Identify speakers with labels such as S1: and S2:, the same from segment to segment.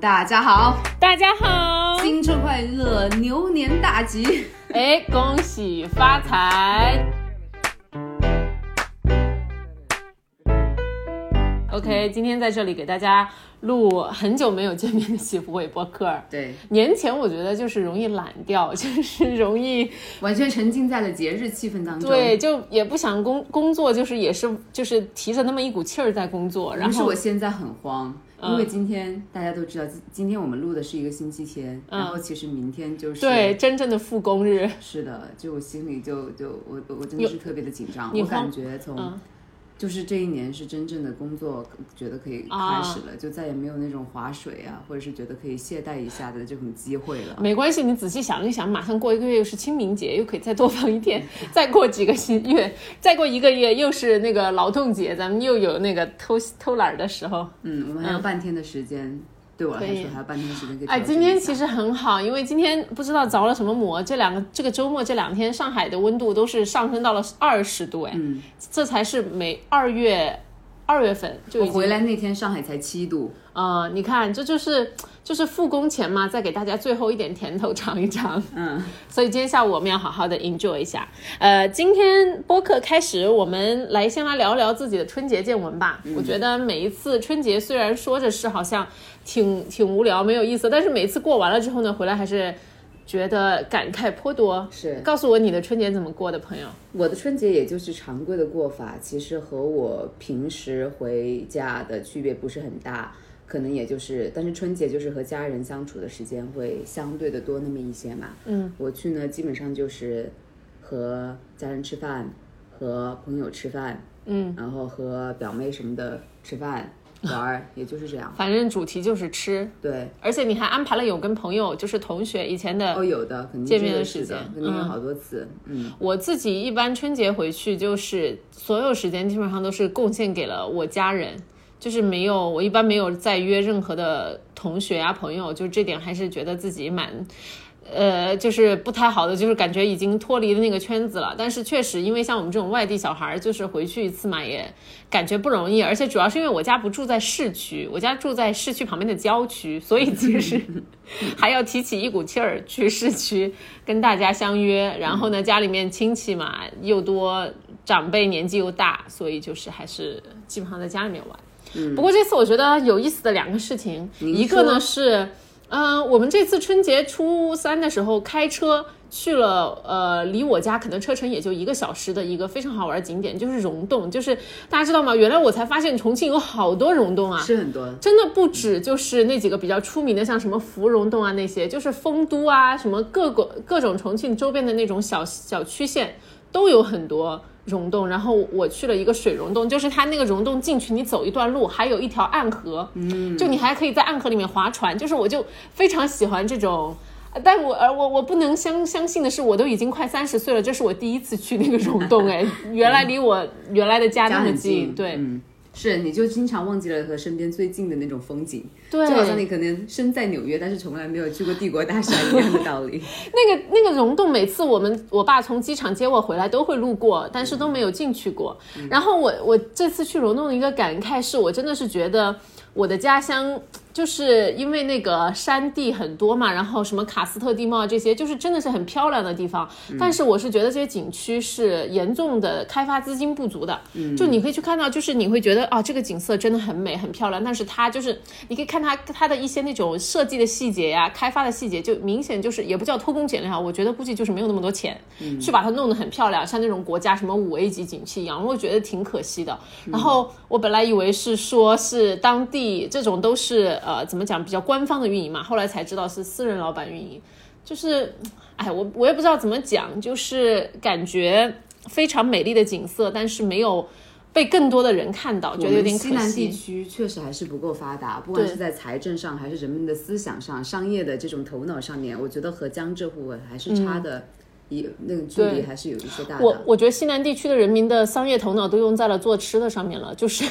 S1: 大家好，
S2: 大家好，
S1: 新春快乐，牛年大吉！
S2: 哎，恭喜发财。OK，今天在这里给大家录很久没有见面的喜福伟播客。
S1: 对，
S2: 年前我觉得就是容易懒掉， 就是容易
S1: 完全沉浸在了节日气氛当中。
S2: 对，，就也不想工工作，就是也是就是提着那么一股气儿在工作，然
S1: 但是
S2: 后
S1: 我现在很慌，因为今天大家都知道，今今天我们录的是一个星期天，然后其实明天就是
S2: 对，真正的复工日，
S1: 是的，就我心里就就我我真的是特别的紧张，
S2: 你
S1: 我
S2: 慌
S1: 感觉从、
S2: 嗯
S1: 就是这一年是真正的工作觉得可以开
S2: 啊
S1: 始了，就再也没有那种划水啊，或者是觉得可以懈怠一下的这种机会了。
S2: 没关系，你仔细想一想，马上过一个月又是清明节，又可以再多放一天；再过几个新月，再过一个月又是那个劳动节，咱们又有那个偷偷懒儿的时候。
S1: 嗯，我们还有半天的时间，对我来
S2: 可以
S1: 说还有半天时间可以。
S2: 哎，今天其实很好，因为今天不知道着了什么魔，这两个这个周末这两天上海的温度都是上升到了二十度，哎，
S1: 嗯
S2: 这才是每二月二月份就
S1: 我
S2: 已经
S1: 回来那天上海才七度，
S2: 呃，你看这就是就是复工前嘛，再给大家最后一点甜头尝一尝。
S1: 嗯，
S2: 所以今天下午我们要好好的 enjoy 一下。呃，今天播客开始，我们来先来聊聊自己的春节见闻吧。
S1: 嗯
S2: 我觉得每一次春节虽然说着是好像挺挺无聊、没有意思，但是每次过完了之后呢，回来还是觉得感慨颇多。
S1: 是
S2: 告诉我你的春节怎么过的，朋友？
S1: 我的春节也就是常规的过法，其实和我平时回家的区别不是很大，可能也就是，但是春节就是和家人相处的时间会相对的多那么一些嘛。嗯，我去呢，基本上就是和家人吃饭，和朋友吃饭，嗯，然后和表妹什么的吃饭玩儿，也就是这样。
S2: 反正主题就是吃，
S1: 对，
S2: 而且你还安排了有跟朋友，就是同学以前的
S1: 哦，有的肯定
S2: 见面
S1: 这个
S2: 的
S1: 是
S2: 时
S1: 的
S2: 间
S1: 肯定有
S2: 嗯
S1: 好多次，嗯
S2: 我自己一般春节回去，就是所有时间基本上都是贡献给了我家人，就是没有我一般没有再约任何的同学啊朋友，就这点还是觉得自己蛮。呃，就是不太好的，就是感觉已经脱离了那个圈子了。但是确实，因为像我们这种外地小孩儿，就是回去一次嘛，也感觉不容易。而且主要是因为我家不住在市区，我家住在市区旁边的郊区，所以其 实还要提起一股气儿去市区跟大家相约。然后呢，家里面亲戚嘛又多，长辈年纪又大，所以就是还是基本上在家里面玩。不过这次我觉得有意思的两个事情，
S1: 嗯您
S2: 一个
S1: 说
S2: 呢是，嗯、我们这次春节初三的时候开车去了，呃，离我家可能车程也就一个小时的一个非常好玩的景点，就是溶洞。就是大家知道吗？原来我才发现重庆有好多溶洞啊，
S1: 是很多，
S2: 真的不止就是那几个比较出名的，像什么芙蓉洞啊那些，就是丰都啊，什么各个各种重庆周边的那种小小区县都有很多溶洞。然后我去了一个水溶洞，就是它那个溶洞进去，你走一段路，还有一条暗河，嗯，就你还可以在暗河里面划船。就是我就非常喜欢这种。呃但我而我我不能相相信的是，我都已经快三十岁了，这是我第一次去那个溶洞哎，原来离我原来的家那
S1: 家
S2: 么
S1: 很近，
S2: 对，
S1: 嗯。是，你就经常忘记了和身边最近的那种风景，
S2: 对
S1: 就好像你可能身在纽约，但是从来没有去过帝国大厦一样的道理。
S2: 那个那个溶洞，每次我们我爸从机场接我回来都会路过，但是都没有进去过。然后我我这次去溶洞的一个感慨是，我真的是觉得我的家乡就是因为那个山地很多嘛，然后什么喀斯特地貌啊这些，就是真的是很漂亮的地方。但是我是觉得这些景区是严重的开发资金不足的，就你可以去看到，就是你会觉得啊，这个景色真的很美很漂亮，但是它就是你可以看它它的一些那种设计的细节呀、开发的细节，就明显就是也不叫偷工减料，我觉得估计就是没有那么多钱、去把它弄得很漂亮，像那种国家什么五 A 级景区一样，我觉得挺可惜的。然后我本来以为是说是当地这种都是呃怎么讲比较官方的运营嘛，后来才知道是私人老板运营，就是哎我我也不知道怎么讲，就是感觉非常美丽的景色，但是没有。被更多的人看到， 觉得有点可惜。
S1: 西南地区确实还是不够发达，不管是在财政上，还是人们的思想上、商业的这种头脑上面，我觉得和江浙沪还是差的一、那个距离还是有一些大
S2: 嗯我
S1: 的。
S2: 我觉得西南地区的人民的商业头脑都用在了做吃的上面了，就是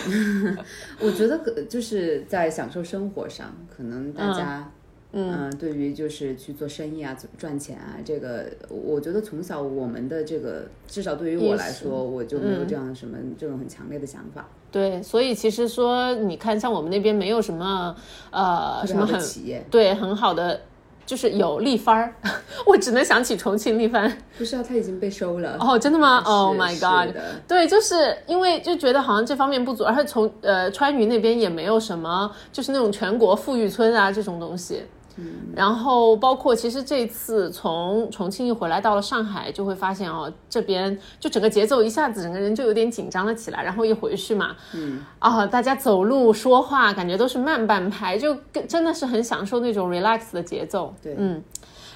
S1: 我觉得可就是在享受生活上，可能大家嗯、对于就是去做生意啊、赚钱啊，这个我觉得从小我们的这个，至少对于
S2: 意
S1: 我
S2: 识嗯
S1: 来说，我就没有这样什么、这种很强烈的想法。
S2: 对，所以其实说，你看，像我们那边没有什么呃
S1: 特
S2: 什
S1: 别好的
S2: 么很
S1: 企业
S2: 对很好的，就是有立帆儿， 我只能想起重庆立帆。
S1: 不是啊，它已经被收了。
S2: 哦，真的吗
S1: 是
S2: ？Oh my
S1: 是
S2: god！
S1: 的
S2: 对，就是因为就觉得好像这方面不足，而且从呃川渝那边也没有什么，就是那种全国富裕村啊这种东西。嗯，然后包括其实这次从重庆一回来到了上海，就会发现哦，这边就整个节奏一下子整个人就有点紧张了起来，然后一回去嘛，嗯，啊，大家走路说话感觉都是慢半拍，就跟真的是很享受那种 relax 的节奏，
S1: 对
S2: 嗯。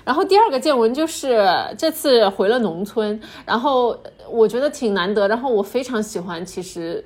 S2: 然后第二个见闻就是这次回了农村，然后呃我觉得挺难得，然后我非常喜欢，其实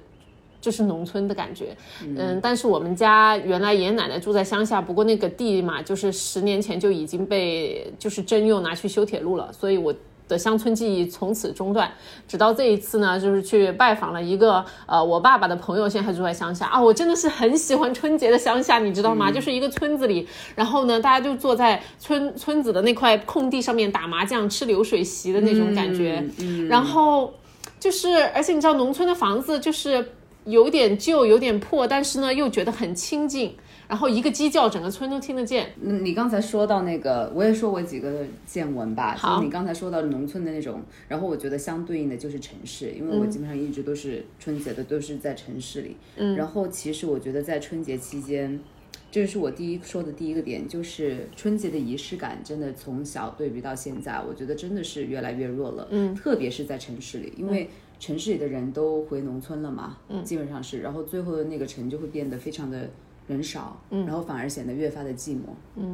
S2: 就是农村的感觉。嗯，但是我们家原来爷爷奶奶住在乡下，不过那个地嘛，就是十年前就已经被就是征用拿去修铁路了，所以我。的乡村记忆从此中断，直到这一次呢，就是去拜访了一个呃我爸爸的朋友，现在还住在乡下啊，我真的是很喜欢春节的乡下，你知道吗？就是一个村子里，然后呢，大家就坐在村村子的那块空地上面打麻将、吃流水席的那种感觉，
S1: 嗯
S2: 然后就是，而且你知道，农村的房子就是有点旧、有点破，但是呢又觉得很清静，然后一个鸡叫，整个村都听得见。
S1: 嗯，你刚才说到那个，我也说我几个见闻吧，就
S2: 好
S1: 是你刚才说到农村的那种，然后我觉得相对应的就是城市，因为我基本上一直都是春节的都是在城市里，嗯，然后其实我觉得在春节期间，这是我第一说的第一个点，就是春节的仪式感真的从小对比到现在，我觉得真的是越来越弱了，嗯，特别是在城市里，因为。城市里的人都回农村了嘛，嗯，基本上是，然后最后的那个城就会变得非常的人少，嗯，然后反而显得越发的寂寞，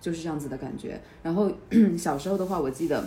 S1: 就是这样子的感觉。然后 小时候的话，我记得，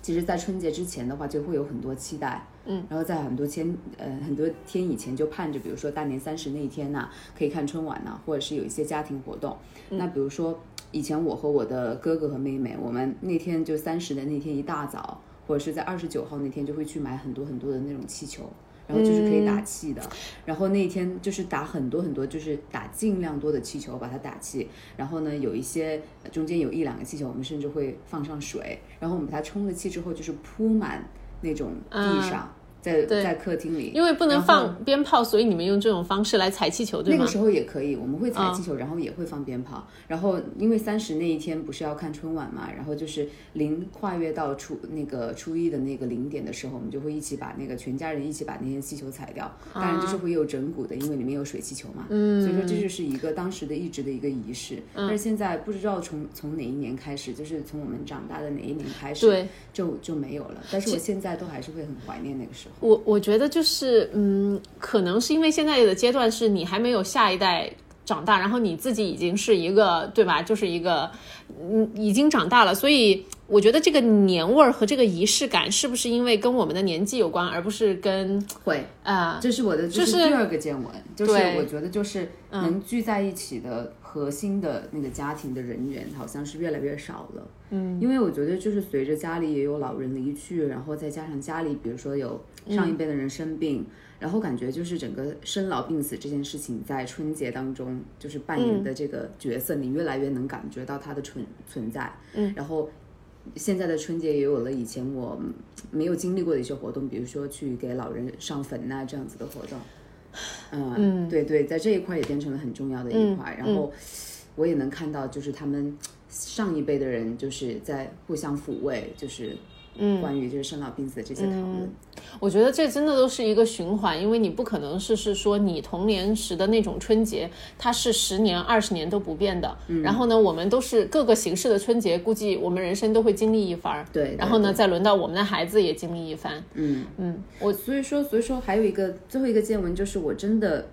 S1: 其实，在春节之前的话，就会有很多期待，嗯，然后在很多天，呃，很多天以前就盼着，比如说大年三十那一天呐、可以看春晚呐、或者是有一些家庭活动。那比如说，以前我和我的哥哥和妹妹，我们那天就三十的那天一大早，或者是在二十九号那天，就会去买很多很多的那种气球。然后就是可以打气的，然后那一天就是打很多很多，就是打尽量多的气球把它打气，然后呢，有一些呃中间有一两个气球，我们甚至会放上水，然后我们把它充了气之后，就是铺满那种地上，在在客厅里，
S2: 嗯因为不能
S1: 然后
S2: 放鞭炮，所以你们用这种方式来踩气球，对嗯
S1: 那
S2: 吗
S1: 个？时候也可以，我们会踩气球，然后也会放鞭炮。然后因为三十那一天不是要看春晚嘛，然后就是临跨越到初那个初一的那个零点的时候，我们就会一起把那个全家人一起把那些气球踩掉。
S2: 啊
S1: 当然就是会有整蛊的，因为里面有水气球嘛。嗯，所以说这就是一个当时的一直的一个仪式。
S2: 嗯
S1: 但是现在不知道从从哪一年开始，就是从我们长大的哪一年开始，
S2: 对，
S1: 就就没有了。但是我现在都还是会很怀念那个时候。
S2: 我我觉得就是，嗯，可能是因为现在的阶段是你还没有下一代长大，然后你自己已经是一个，对吧？就是一个，嗯，已经长大了，所以我觉得这个年味儿和这个仪式感，是不是因为跟我们的年纪有关，而不是跟
S1: 会，
S2: 啊、
S1: 这是我的，这
S2: 就是是
S1: 第二个见闻，就是
S2: 对
S1: 我觉得就是能聚在一起的核心的那个家庭的人员，好像是越来越少了。嗯，因为我觉得就是随着家里也有老人离去，然后再加上家里比如说有上一辈的人生病，然后感觉就是整个生老病死这件事情在春节当中就是扮演的这个角色，你越来越能感觉到它的存存在。嗯，然后现在的春节也有了以前我没有经历过的一些活动，比如说去给老人上坟呐、这样子的活动。嗯，对对，在这一块也变成了很重要的一
S2: 嗯
S1: 块。然后我也能看到，就是他们上一辈的人就是在互相抚慰，就是
S2: 嗯
S1: 关于就是生老病死的这些讨论。
S2: 我觉得这真的都是一个循环，因为你不可能是是说你童年时的那种春节，它是十年、二十年都不变的。然后呢，我们都是各个形式的春节，估计我们人生都会经历一番儿。
S1: 对对
S2: 嗯然后呢，再轮到我们的孩子也经历一番。
S1: 嗯
S2: 嗯，我
S1: 所以说，所以说还有一个最后一个见闻就是，我真的，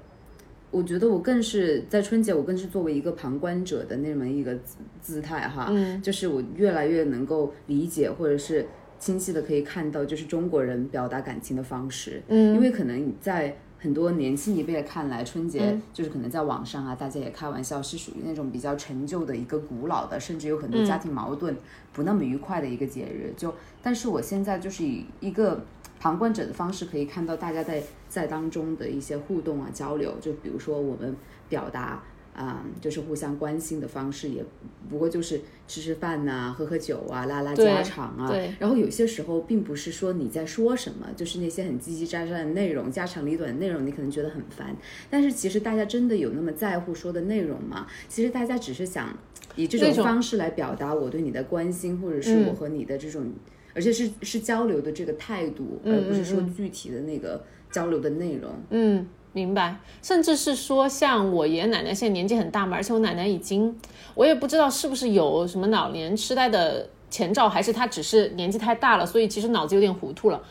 S1: 我觉得我更是在春节，我更是作为一个旁观者的那么一个姿姿态哈，嗯，就是我越来越能够理解或者是。清晰的可以看到，就是中国人表达感情的方式，嗯，因为可能在很多年轻一辈的看来，春节就是可能在网上啊，大家也开玩笑，是属于那种比较陈旧的一个古老的，甚至有很多家庭矛盾、不那么愉快的一个节日。就，但是我现在就是以一个旁观者的方式可以看到大家在在当中的一些互动啊、交流。就比如说我们表达啊、就是互相关心的方式，也不过就是吃吃饭呐、喝喝酒啊，拉拉
S2: 对
S1: 家常啊。
S2: 对
S1: 然后有些时候，并不是说你在说什么，就是那些很叽叽喳喳的内容、家长里短的内容，你可能觉得很烦。但是其实大家真的有那么在乎说的内容吗？其实大家只是想以这
S2: 那
S1: 种
S2: 种嗯
S1: 方式来表达我对你的关心，或者是我和你的这种，而且是是交流的这个态度，而不是说具体的那个交流的内容。
S2: 嗯，明白。甚至是说，像我爷爷奶奶现在年纪很大嘛，而且我奶奶已经，我也不知道是不是有什么老年痴呆的前兆，还是她只是年纪太大了，所以其实脑子有点糊涂了。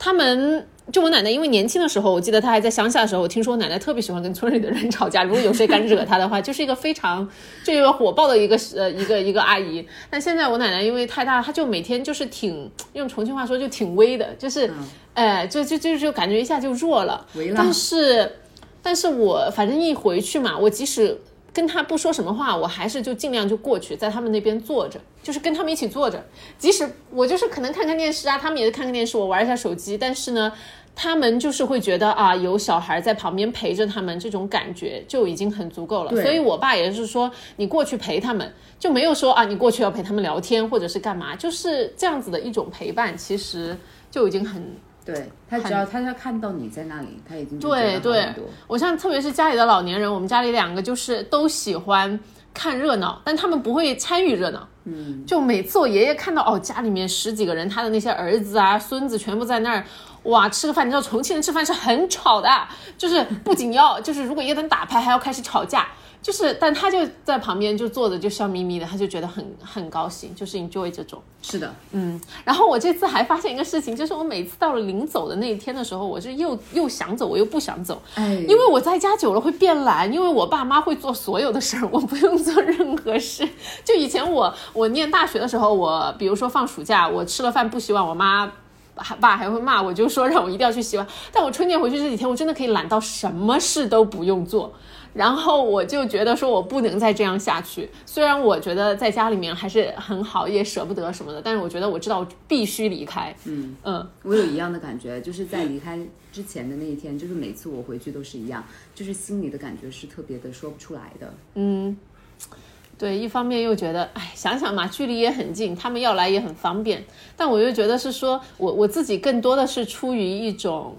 S2: 他们就我奶奶，因为年轻的时候，我记得她还在乡下的时候，我听说我奶奶特别喜欢跟村里的人吵架，如果有谁敢惹她的话， 就是一个非常就一个火爆的一个呃一个一个阿姨。但现在我奶奶因为太大了，她就每天就是挺用重庆话说就挺威的，就是，哎、就就就就感觉一下就弱了。
S1: 围
S2: 但
S1: 浪
S2: 是，但是我反正一回去嘛，我即使跟他不说什么话，我还是就尽量就过去，在他们那边坐着，就是跟他们一起坐着。即使我就是可能看看电视啊，他们也看看电视，我玩一下手机，但是呢。他们就是会觉得啊，有小孩在旁边陪着他们，这种感觉就已经很足够了。
S1: 对
S2: 所以我爸也是说，你过去陪他们，就没有说啊，你过去要陪他们聊天或者是干嘛，就是这样子的一种陪伴，其实就已经很
S1: 对他只要他要看到你在那里，他已经就
S2: 对
S1: 觉得好很
S2: 对
S1: 多。
S2: 我像特别是家里的老年人，我们家里两个就是都喜欢看热闹，但他们不会参与热闹。嗯，就每次我爷爷看到哦，家里面十几个人，他的那些儿子啊、孙子全部在那儿。哇，吃个饭，你知道重庆人吃饭是很吵的，就是不仅要，就是如果一个人打牌，还要开始吵架，就是，但他就在旁边就坐着，就笑眯眯的，他就觉得很很高兴，就是 enjoy 这种。
S1: 是的，
S2: 然后我这次还发现一个事情，就是我每次到了临走的那一天的时候，我是又又想走，我又不想走，
S1: 哎，
S2: 因为我在家久了会变懒，因为我爸妈会做所有的事儿，我不用做任何事。 就以前我我念大学的时候，我比如说放暑假，我吃了饭不洗碗，我妈。还爸还会骂我，就说让我一定要去洗碗。但我春节回去这几天，我真的可以懒到什么事都不用做，然后我就觉得说我不能再这样下去。虽然我觉得在家里面还是很好，也舍不得什么的，但是我觉得我知道我必须离开。嗯嗯，
S1: 我有一样的感觉，就是在离开之前的那一天，就是每次我回去都是一样，就是心里的感觉是特别的说不出来的。
S2: 对，一方面又觉得，哎，想想嘛，距离也很近，他们要来也很方便。但我又觉得是说，我我自己更多的是出于一种，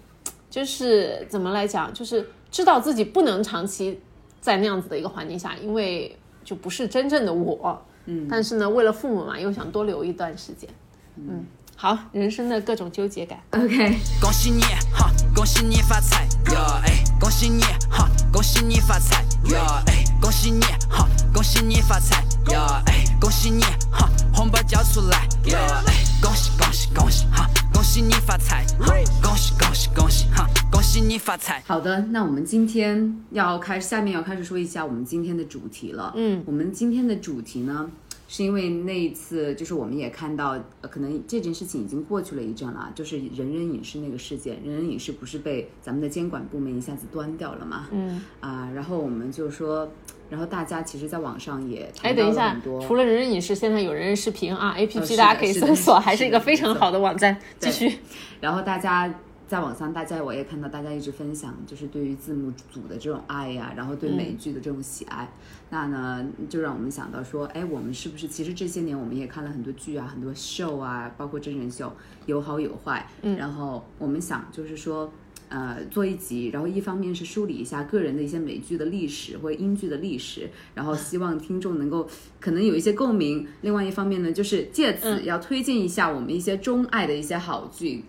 S2: 就是怎么来讲，就是知道自己不能长期在那样子的一个环境下，因为就不是真正的我。嗯，但是呢，为了父母嘛，又想多留一段时间。嗯，好，人生的各种纠结感。
S1: OK，
S3: 恭喜你哈，恭喜你发财哟哎，恭喜你哈，恭喜你发财哟哎，恭喜你哈，恭喜你发财哟哎，恭喜你哈，红包交出来哟哎，恭喜恭喜恭喜哈，恭喜你发财哈，恭喜恭喜恭喜哈，恭喜你发财。
S1: 好的，那我们今天要开，下面要开始说一下我们今天的主题了。嗯，我们今天的主题呢，是因为那一次就是我们也看到，呃可能这件事情已经过去了一阵了啊，就是人人影视那个事件，人人影视不是被咱们的监管部门一下子端掉了嘛？嗯啊，然后我们就说，然后大家其实在网上也
S2: 哎，
S1: 谈
S2: 等
S1: 到
S2: 一
S1: 了
S2: 下
S1: 很多，
S2: 除了人人影视，现在有人人视频啊
S1: 呃是
S2: ，APP
S1: 的
S2: 大家可以
S1: 是的
S2: 搜
S1: 是
S2: 索，
S1: 的
S2: 还是一个非常好的网站。继
S1: 对
S2: 续。
S1: 然后大家在网上，大家我也看到大家一直分享，就是对于字幕组的这种爱呀、然后对美剧的这种喜爱，那呢就让我们想到说，哎，我们是不是其实这些年我们也看了很多剧啊，很多秀啊，包括真人秀，有好有坏。嗯，然后我们想就是说。呃，做一集，然后一方面是梳理一下个人的一些美剧的历史或者英剧的历史，然后希望听众能够可能有一些共鸣；另外一方面呢，就是借此要推荐一下我们一些钟爱的一些好剧，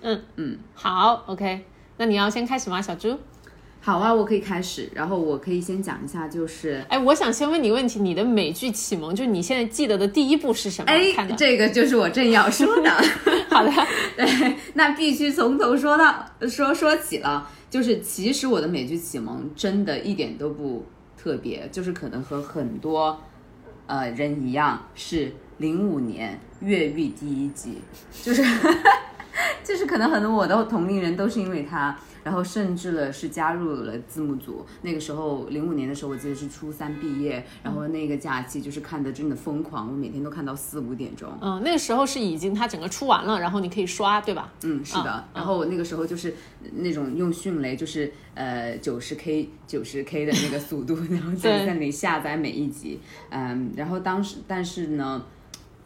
S2: 好，OK，那你要先开始吗，小猪？
S1: 好啊，我可以开始，然后我可以先讲一下，就是。
S2: 哎，我想先问你问题，你的美剧启蒙，就你现在记得的第一部是什么？
S1: 哎
S2: 嗯看，的。
S1: 这个就是我正要说的，
S2: 好的，
S1: 对， 那必须从头说到说说起了。就是其实我的美剧启蒙真的一点都不特别，就是可能和很多呃人一样，是零五年《越狱》 第一集，就是就是可能很多我的同龄人都是因为它。然后甚至了是加入了字幕组。那个时候零五年的时候，我记得是初三毕业，然后那个假期就是看的真的疯狂，我每天都看到四五点钟。
S2: 嗯，那个时候是已经它整个出完了，然后你可以刷，对吧？
S1: 嗯，是的。然后我那个时候就是那种用迅雷，就是呃九十 K 九十 K 的那个速度， 然后在在
S2: 对
S1: 那里下载每一集。嗯，然后当时但是呢，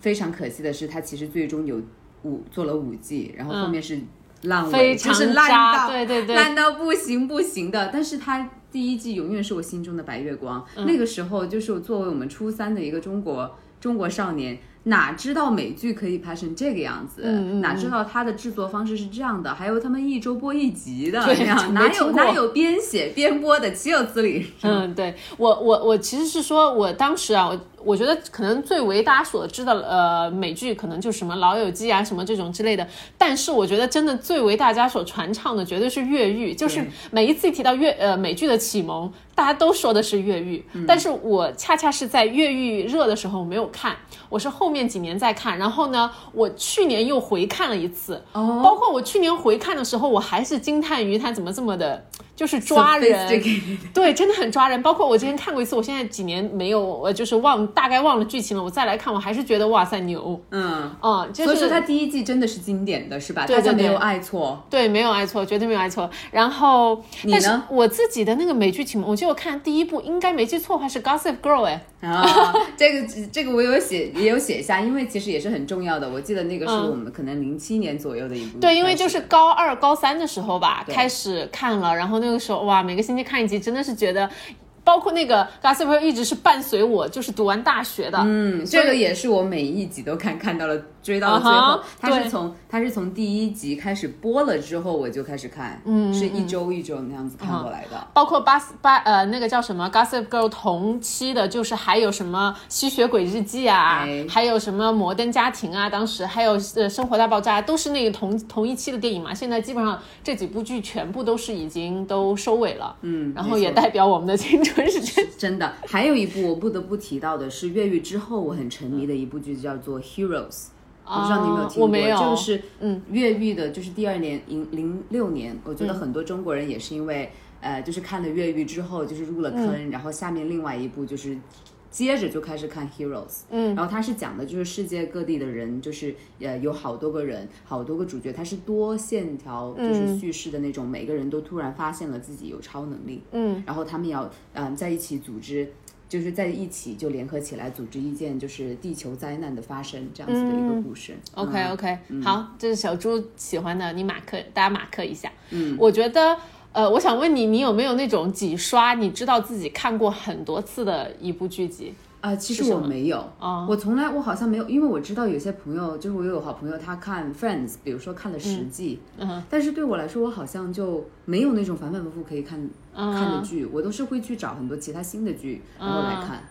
S1: 非常可惜的是，它其实最终有五做了五季，然后后面是烂尾，
S2: 嗯非常
S1: 就是烂
S2: 渣
S1: 到
S2: 对对对
S1: 烂到不行不行的。但是它第一季永远是我心中的白月光。
S2: 嗯
S1: 那个时候就是我作为我们初三的一个中国中国少年。哪知道美剧可以拍成这个样子？
S2: 嗯嗯
S1: 哪知道它的制作方式是这样的？还有他们一周播一集的，
S2: 对
S1: 这样
S2: 没
S1: 哪
S2: 听
S1: 有
S2: 过
S1: 哪有边写边播的？岂有此理！
S2: 嗯，对我我我其实是说，我当时啊，我我觉得可能最为大家所知的呃美剧，可能就是什么《老友记》啊，什么这种之类的。但是我觉得真的最为大家所传唱的，绝对是越狱。就是每一次提到越呃美剧的启蒙，大家都说的是越狱，但是我恰恰是在越狱热的时候没有看，我是后面几年再看。然后呢，我去年又回看了一次，
S1: 哦
S2: 包括我去年回看的时候，我还是惊叹于它怎么这么的，就是抓人。
S1: Sophisticated
S2: 对，真的很抓人。包括我之前看过一次，我现在几年没有，我就是忘大概忘了剧情了。我再来看，我还是觉得哇塞牛，
S1: 嗯，
S2: 嗯，就是
S1: 所以说它第一季真的是经典的，是吧？
S2: 对
S1: 大家
S2: 对
S1: 没
S2: 对
S1: 有爱错。
S2: 对没有爱错，绝对没有爱错。然后
S1: 你
S2: 但是
S1: 呢
S2: 我自己的那个美剧启蒙，我记得我看第一部应该没记错的话是《Gossip Girl》哎，
S1: 啊，这个这个我有写也有写下，因为其实也是很重要的。我记得那个是
S2: 嗯
S1: 我们可能零七年左右的一部。
S2: 对，因为就是高二、高三的时候吧，
S1: 嗯对
S2: 开始看了，然后那个时候哇，每个星期看一集，真的是觉得。包括那个《Gossip Girl》一直是伴随我，就是读完大学的。
S1: 嗯，这个也是我每一集都看看到了，追到了最
S2: 啊
S1: 后
S2: 哈。
S1: 它是
S2: 对
S1: 从它是从第一集开始播了之后，我就开始看，嗯，是一周一周那样子
S2: 啊
S1: 看过来的。
S2: 包括八八呃那个叫什么《Gossip Girl》同期的，就是还有什么《吸血鬼日记》啊
S1: 哎，
S2: 还有什么《摩登家庭》啊，当时还有呃《生活大爆炸》，都是那个同同一期的电影嘛。现在基本上这几部剧全部都是已经都收尾了，嗯，然后
S1: 没
S2: 也
S1: 错
S2: 代表我们的青春时间。
S1: 真的，还有一部我不得不提到的是越狱之后我很沉迷的一部剧，叫做《Heroes》。我不知道你有没有听过，
S2: 啊我没有
S1: 这个是嗯越狱的，就是第二年零零六年，我觉得很多中国人也是因为、呃，就是看了越狱之后，就是入了坑，
S2: 嗯
S1: 然后下面另外一部就是。接着就开始看 Heroes，嗯，然后它是讲的就是世界各地的人，就是呃有好多个人，好多个主角，它是多线条就是叙事的那种，每个人都突然发现了自己有超能力，嗯，然后他们要嗯、在一起组织就是在一起就联合起来组织一件就是地球灾难的发生这样子的一个故事。
S2: OK
S1: 嗯
S2: OK，、好，这是小猪喜欢的，你马克，大家马克一下。嗯，我觉得，呃，我想问你，你有没有那种几刷你知道自己看过很多次的一部剧集？
S1: 啊、其实
S2: 是什
S1: 我
S2: 么
S1: 没有，
S2: 哦
S1: 我从来我好像没有，因为我知道有些朋友，就是我有好朋友他看 Friends，比如说看了十季，
S2: 嗯哼
S1: 但是对我来说，我好像就没有那种反反复复可以看、
S2: 嗯
S1: 看的剧，我都是会去找很多其他新的剧然后来看。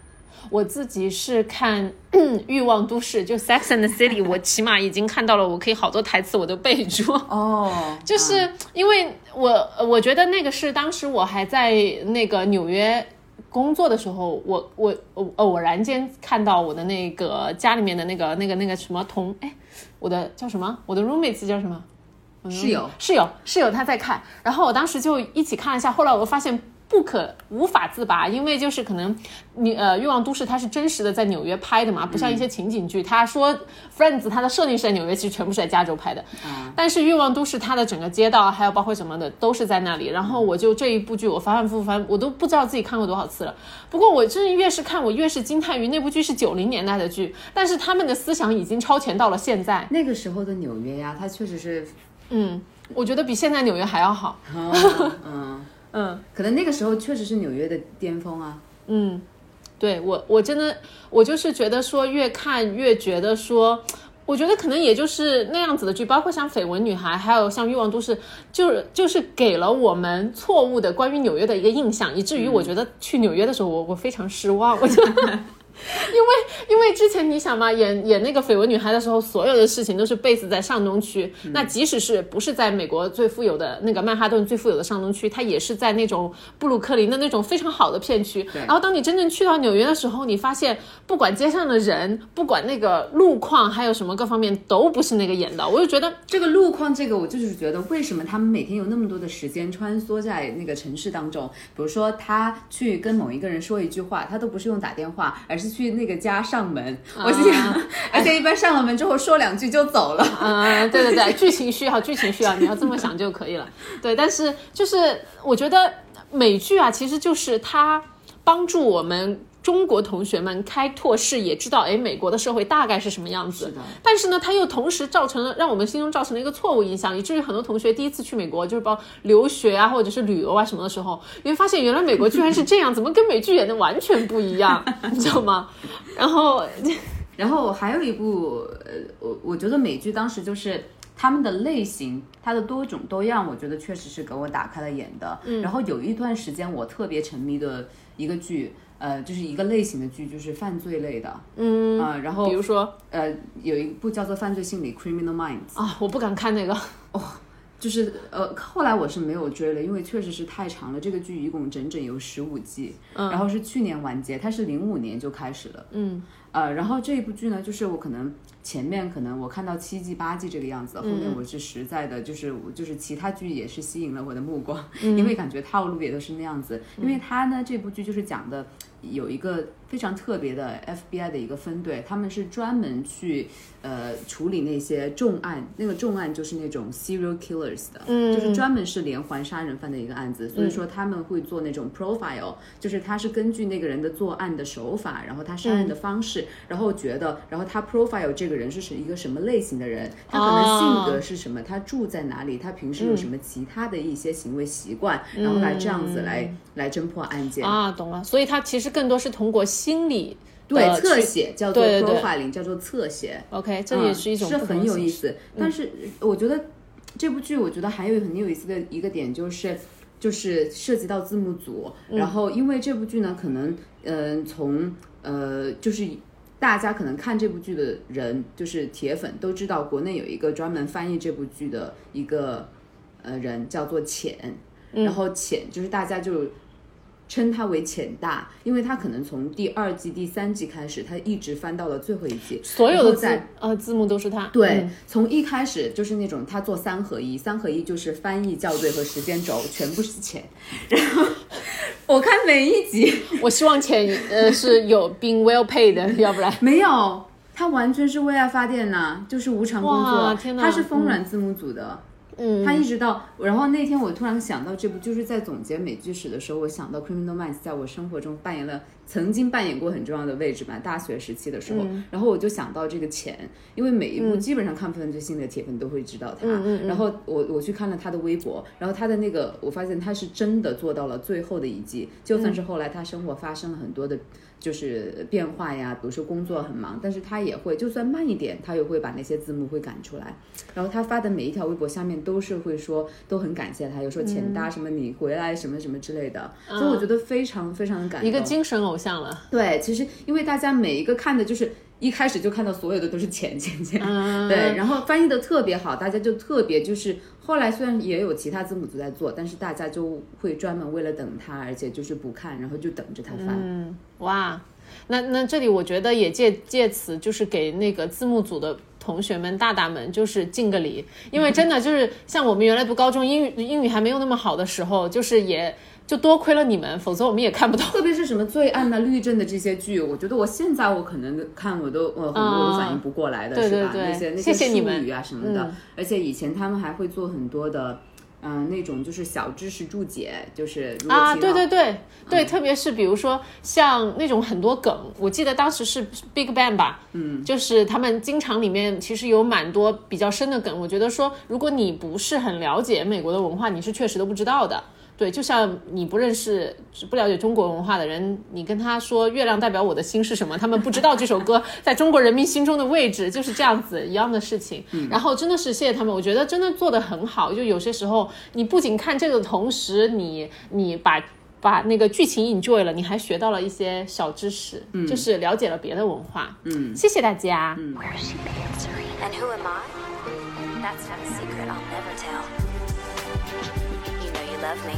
S2: 我自己是看 《欲望都市》，就《Sex and the City》，我起码已经看到了，我可以好多台词我都背住。
S1: 哦，
S2: 就是因为我，呃我觉得那个是当时我还在那个纽约工作的时候，我我哦我偶然间看到我的那个家里面的那个那个那个什么同哎，我的叫什么？我的 roommates 叫什么？
S1: 室友
S2: 室友室友他在看，然后我当时就一起看了一下，后来我发现。不可无法自拔，因为就是可能你呃《欲望都市》它是真实的在纽约拍的嘛，不像一些情景剧。他说《Friends》它的设定是在纽约，其实全部是在加州拍的。但是《欲望都市》它的整个街道还有包括什么的都是在那里。然后我就这一部剧我反反复复翻，我都不知道自己看过多少次了。不过我真的越是看，我越是惊叹于那部剧是九零年代的剧，但是他们的思想已经超前到了现在。
S1: 那个时候的纽约呀，它确实是，
S2: 嗯，我觉得比现在纽约还要好。
S1: 哦嗯，
S2: 嗯
S1: 可能那个时候确实是纽约的巅峰啊。
S2: 嗯，对我我真的我就是觉得说越看越觉得说。我觉得可能也就是那样子的剧，包括像《绯闻女孩》，还有像《欲望都市》，就是就是给了我们错误的关于纽约的一个印象，以至于我觉得去纽约的时候我，我非常失望。我就因为因为之前你想嘛，演演那个绯闻女孩的时候，所有的事情都是 base 在上东区。那即使是不是在美国最富有的那个曼哈顿最富有的上东区，它也是在那种布鲁克林的那种非常好的片区。然后当你真正去到纽约的时候，你发现不管街上的人，不管那个路况，还有什么各方面，都不是那个演的。我就觉得
S1: 这个路况，这个我就是觉得，为什么他们每天有那么多的时间穿梭在那个城市当中？比如说，他去跟某一个人说一句话，他都不是用打电话，而是去那个家上门。我心想， 而且一般上了门之后说两句就走了。
S2: 嗯，对对对，剧情需要，剧情需要，你要这么想就可以了。对，但是就是我觉得美剧啊，其实就是它帮助我们中国同学们开拓视野，知道哎，美国的社会大概是什么样子。
S1: 是的
S2: 但是呢，它又同时造成了让我们心中造成了一个错误印象，以至于很多同学第一次去美国，就是包括留学啊，或者是旅游啊什么的时候，你会发现原来美国居然是这样，怎么跟美剧演的完全不一样，你知道吗？然后。
S1: 然后还有一部，呃，我我觉得美剧当时就是他们的类型，它的多种多样，我觉得确实是给我打开了眼的。嗯，然后有一段时间我特别沉迷的一个剧，呃，就是一个类型的剧，就是犯罪类的。嗯啊、然后
S2: 比如说
S1: 呃，有一部叫做《犯罪心理》（Criminal Minds），
S2: 啊，我不敢看那个，
S1: 就是呃，后来我是没有追了，因为确实是太长了。这个剧一共整整有十五季，然后是去年完结，它是零五年就开始了。
S2: 嗯，
S1: 呃，然后这一部剧呢，就是我可能前面可能我看到七季八季这个样子，后面我是实在的，就是我就是其他剧也是吸引了我的目光， 因为感觉套路也都是那样子。因为它呢这部剧就是讲的有一个非常特别的 FBI 的一个分队，他们是专门去呃处理那些重案，那个重案就是那种 serial killers 的，
S2: 嗯
S1: 就是专门是连环杀人犯的一个案子，所以说他们会做那种 profile，就是他是根据那个人的作案的手法，然后他杀人的方
S2: 嗯
S1: 式，然后觉得，然后他 profile 这个人是是一个什么类型的
S2: 哦
S1: 人，他可能性格是什么，他住在哪里，他平时有什么其他的一些行为习惯，
S2: 嗯
S1: 然后来这样子来、来侦破案件。
S2: 啊，懂了。所以它其实更多是通过心理的
S1: 对，
S2: 去
S1: 侧写叫做
S2: 对对对
S1: profiling，叫做侧写。
S2: OK，这也是一种、
S1: 嗯、是很有意
S2: 思。
S1: 思。但是我觉得这部剧，我觉得还有很有意思的一个点就是。就是涉及到字幕组，
S2: 嗯
S1: 然后因为这部剧呢，可能嗯、呃从呃，就是大家可能看这部剧的人，就是铁粉都知道，国内有一个专门翻译这部剧的一个呃人，叫做浅，
S2: 嗯
S1: 然后浅就是大家就称他为浅大，因为他可能从第二季、第三季开始，他一直翻到了最后一季，
S2: 所有
S1: 然
S2: 的
S1: 后
S2: 字
S1: 在
S2: 呃字幕都是它。
S1: 对，
S2: 嗯
S1: 从一开始就是那种他做三合一，三合一就是翻译、校对和时间轴全部是钱。然后我看每一集
S2: 我希望钱呃是有 being well paid 的，要不 然
S1: 没有，他完全是为爱发电呐、就是无偿工作
S2: 哇天。哪
S1: 他是风软字幕组的，
S2: 嗯
S1: 他一直到，然后那天我突然想到这部，就是在总结美剧史的时候，我想到《Criminal Minds》在我生活中扮演了曾经扮演过很重要的位置吧，大学时期的时候，然后我就想到这个钱，因为每一部基本上看犯罪心理的铁粉都会知道他，然后我我去看了他的微博，然后他的那个我发现他是真的做到了最后的一季，就算是后来他生活发生了很多的。就是变化呀，比如说工作很忙，但是他也会，就算慢一点，他也会把那些字幕会赶出来。然后他发的每一条微博下面都是会说，都很感谢他，有时候钱
S2: 嗯
S1: 搭什么你回来什么什么之类的，所以我觉得非常非常的感动。
S2: 一个精神偶像了。
S1: 对，其实因为大家每一个看的就是一开始就看到所有的都是钱钱钱，
S2: 嗯
S1: 对，然后翻译的特别好，大家就特别就是后来虽然也有其他字母组在做，但是大家就会专门为了等他，而且就是不看，然后就等着他翻。
S2: 嗯，哇，那那这里我觉得也借借此就是给那个字幕组的。同学们、大大们，就是敬个礼，因为真的就是像我们原来读高中英语英语还没有那么好的时候，就是也就多亏了你们，否则我们也看不懂。
S1: 特别是什么罪案呐、律政的这些剧，我觉得我现在我可能看我都呃我很多都反应不过来的，
S2: 对
S1: 是吧？
S2: 对对
S1: 那些那些
S2: 谢谢
S1: 术
S2: 你们
S1: 语啊什么的，
S2: 嗯
S1: 而且以前他们还会做很多的，嗯、那种就是小知识注解，就是如果嗯
S2: 啊，
S1: 提
S2: 对
S1: 到
S2: 对对对，特别是比如说像那种很多梗，我记得当时是 Big Bang 吧，嗯，就是他们经常里面其实有蛮多比较深的梗，我觉得说如果你不是很了解美国的文化，你是确实都不知道的。对，就像你不认识、不了解中国文化的人，你跟他说“月亮代表我的心”是什么，他们不知道这首歌在中国人民心中的位置，就是这样子一样的事情。然后真的是谢谢他们，我觉得真的做得很好。就有些时候，你不仅看这个的同时，你你把。把那个剧情 enjoy 了，你还学到了一些小知识，
S1: 嗯
S2: 就是了解了别的文化。嗯，谢谢大家。
S4: And who am I? That's not a secret I'll never tell. You know you love me.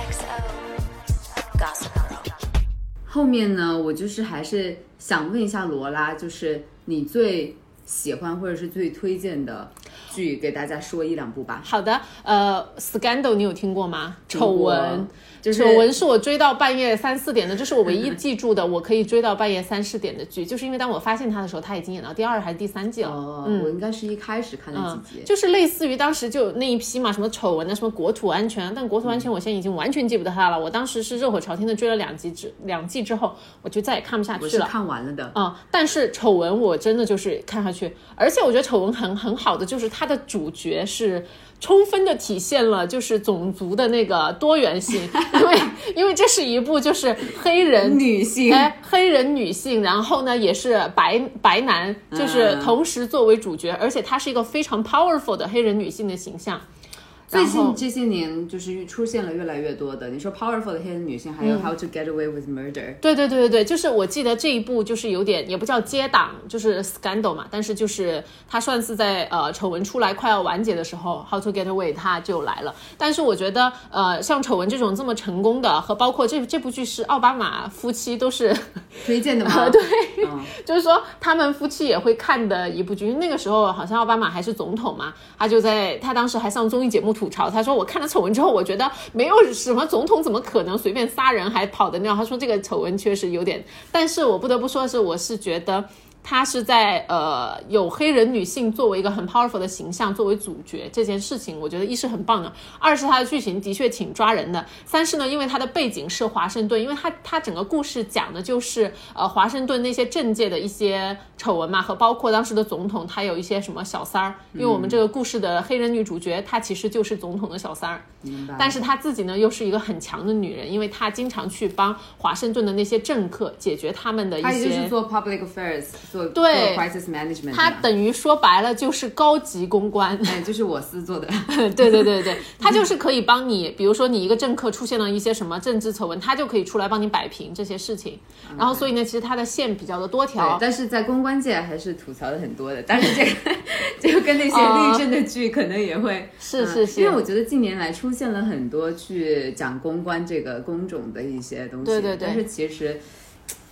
S4: XOXO. Gossip Girl.
S1: 后面呢，我就是还是想问一下罗拉，就是你最喜欢或者是最推荐的剧，给大家说一两部吧。
S2: 好的，呃，Scandal 你有听过吗？
S1: 听
S2: 丑
S1: 过
S2: 闻，
S1: 就是
S2: 丑闻是我追到半夜三四点的，这是我唯一记住的，我可以追到半夜三四点的剧，就是因为当我发现它的时候，它已经演到第二还是第三季了。
S1: 哦，
S2: 嗯
S1: 我应该是一开始看了几集，
S2: 就是类似于当时就有那一批嘛，什么丑闻啊，什么国土安全啊，但国土安全我现在已经完全记不得它了。我当时是热火朝天的追了两集之两季之后，我就再也看不下
S1: 我
S2: 去
S1: 是
S2: 了。
S1: 看完了的。
S2: 啊、但是丑闻我真的就是看下去，而且我觉得丑闻很很好的就是它的主角是充分的体现了就是种族的那个多元性， 因为因为这是一部就是黑人
S1: 女性
S2: 哎黑人女性，然后呢也是白白男，就是
S1: 嗯
S2: 同时作为主角，而且她是一个非常 powerful 的黑人女性的形象。
S1: 最
S2: 然
S1: 近
S2: 后
S1: 这些年就是出现了越来越多的，你说 powerful 的黑人女性，还有 How to Get Away with Murder，
S2: 对对对对对，就是我记得这一部就是有点也不叫接档，就是 scandal 嘛，但是就是它算是在呃丑闻出来快要完结的时候，How to Get Away 它就来了。但是我觉得呃像丑闻这种这么成功的，和包括这这部剧是奥巴马夫妻都是
S1: 推荐的吗？
S2: 啊 对，
S1: 嗯
S2: 就是说他们夫妻也会看的一部剧。因为那个时候好像奥巴马还是总统嘛，他就在他当时还上综艺节目吐槽，他说我看了丑闻之后，我觉得没有什么总统怎么可能随便杀人还跑得掉？他说这个丑闻确实有点，但是我不得不说的是，我是觉得。他是在呃有黑人女性作为一个很 powerful 的形象作为主角这件事情，我觉得一是很棒的，二是它的剧情的确挺抓人的，三是呢，因为它的背景是华盛顿，因为它它整个故事讲的就是呃华盛顿那些政界的一些丑闻嘛，和包括当时的总统他有一些什么小三儿，因为我们这个故事的黑人女主角她其实就是总统的小三儿，
S1: 明白。
S2: 但是她自己呢又是一个很强的女人，因为她经常去帮华盛顿的那些政客解决他们的一
S1: 她也就是
S2: 些。
S1: 做 public affairs，做
S2: 对
S1: 做 crisis management，
S2: 她
S1: 嘛
S2: 等于说白了就是高级公关，
S1: 哎，就是我司 做的。
S2: 对对对对，他就是可以帮你，比如说你一个政客出现了一些什么政治丑闻，他就可以出来帮你摆平这些事情。然后所以呢，其实他的线比较的多
S1: 对
S2: 条，。
S1: 但是在公关界还是吐槽的很多的，但是这个 这个跟那些律政的剧可能也会嗯
S2: 是是是
S1: 因为我觉得近年来出现了很多去讲公关这个工种的一些东西，
S2: 对对对
S1: 但是其实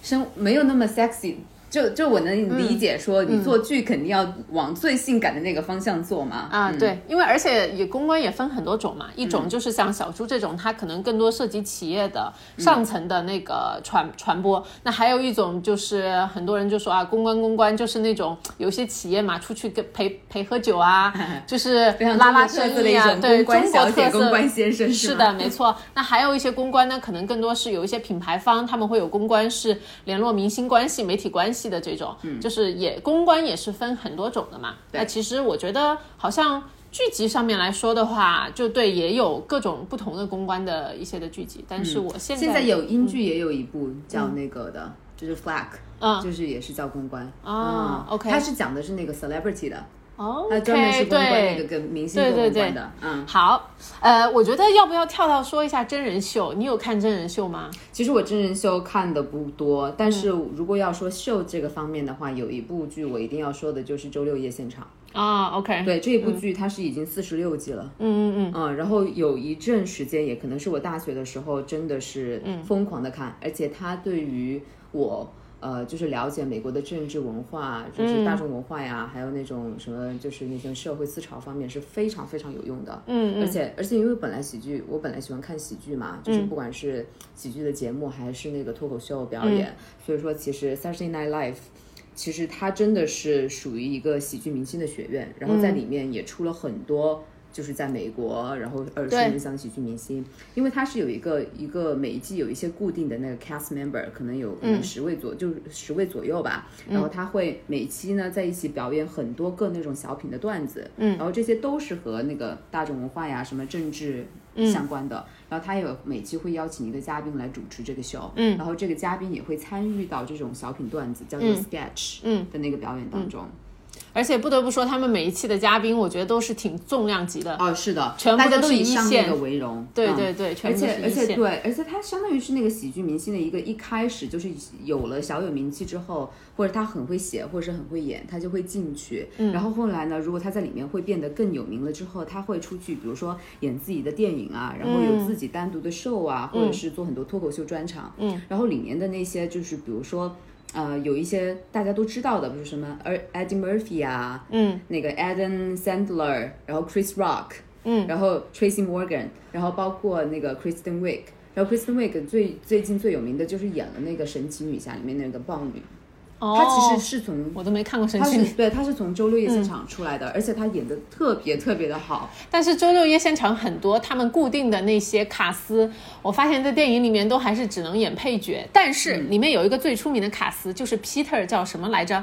S1: 生没有那么 sexy。就就我能理解，说你做剧肯定要往最性感的那个方向做嘛。
S2: 啊，
S1: 嗯，
S2: 对，因为而且也公关也分很多种嘛，一种就是像小猪这种，它可能更多涉及企业的
S1: 嗯
S2: 上层的那个传传播。那还有一种就是很多人就说啊，公关公关就是那种有些企业嘛，出去跟陪陪喝 酒啊，就是
S1: 非常
S2: 拉拉
S1: 中国特
S2: 生
S1: 色的
S2: 意
S1: 一
S2: 啊，
S1: 种公
S2: 对，
S1: 关
S2: 中国
S1: 小姐、
S2: 特色
S1: 公关先生
S2: 是
S1: 吗
S2: 的，没错。那还有一些公关呢，可能更多是有一些品牌方，他们会有公关是联络明星关系、媒体关系的这种，
S1: 嗯
S2: 就是也公关也是分很多种的嘛。那其实我觉得好像。剧集上面来说的话，就对，也有各种不同的公关的一些的剧集，但是我现在
S1: 嗯现在有英剧也有一部叫那个的，就是 Flack，、
S2: 嗯
S1: 就是也是叫公关
S2: 啊
S1: 嗯
S2: OK
S1: 它是讲的是那个 celebrity 的，
S2: 哦，
S1: 它呃专门是
S2: OK，
S1: 公关
S2: 对
S1: 那个跟明星做
S2: 对
S1: 公
S2: 对
S1: 关
S2: 对
S1: 的，嗯。
S2: 好，呃，我觉得要不要跳到说一下真人秀？你有看真人秀吗？
S1: 其实我真人秀看的不多，但是
S2: 嗯
S1: 如果要说秀这个方面的话，有一部剧我一定要说的就是《周六夜现场》。
S2: 啊，OK，
S1: 对，这一部剧它是已经四十六季了。
S2: 嗯嗯嗯，
S1: 嗯，然后有一阵时间，也可能是我大学的时候，真的是
S2: 嗯
S1: 疯狂的看，而且它对于我。呃，就是了解美国的政治文化，
S2: 嗯
S1: 就是大众文化呀，还有那种什么，就是那种社会思潮方面是非常非常有用的。
S2: 嗯嗯
S1: 而且而且因为本来喜剧，我本来喜欢看喜剧嘛，就是
S2: 嗯
S1: 不管是喜剧的节目还是那个脱口秀表
S2: 嗯
S1: 演，所以说其实 Saturday Night Live。其实它真的是属于一个喜剧明星的学院，然后
S2: 嗯
S1: 在里面也出了很多，就是在美国，然后耳熟
S2: 对
S1: 能详的喜剧明星，因为它是有一个一个每一季有一些固定的那个 cast member，可能有可能十位左、就是十位左右吧，然后他会每期呢在一起表演很多个那种小品的段子，嗯，然后这些都是和那个大众文化呀、什么政治相关的，然后他也有每期会邀请一个嘉宾来主持这个秀，嗯，然后这个嘉宾也会参与到这种小品段子叫做 sketch，
S2: 嗯
S1: 的那个表演当中。
S2: 而且不得不说，他们每一期的嘉宾，我觉得都是挺重量级的。
S1: 哦，是的，
S2: 全部
S1: 大家
S2: 都
S1: 都
S2: 是
S1: 以
S2: 一
S1: 上
S2: 线
S1: 那个为荣，
S2: 对
S1: 嗯
S2: 对对全
S1: 而
S2: 部
S1: 且
S2: 是一
S1: 而且
S2: 线
S1: 对，而且他相当于是那个喜剧明星的一个一开始就是有了小有名气之后，或者他很会写，或者是很会演，他就会进去。
S2: 嗯
S1: 然后后来呢，如果他在里面会变得更有名了之后，他会出去，比如说演自己的电影啊，然后
S2: 嗯
S1: 有自己单独的 show 啊，或者是做很多脱口秀专场。嗯，然后里面的那些就是比如说。呃，有一些大家都知道的，比如什么呃 Eddie Murphy 啊，嗯，那个 Adam Sandler，然后 Chris Rock，嗯，然后 Tracy Morgan，然后包括那个 Kristen Wiig，然后 Kristen Wiig 最最近最有名的就是演了那个神奇女侠里面那个豹女，
S2: 哦，
S1: 她其实是从。
S2: 我都没看过神
S1: 她
S2: 奇
S1: 是
S2: 女，嗯
S1: 对，她是从周六夜现场出来的，而且她演的特别特别的好。
S2: 但是周六夜现场很多他们固定的那些卡司，我发现在电影里面都还是只能演配角。但是
S1: 嗯
S2: 里面有一个最出名的卡司，就是 Peter 叫什么来着？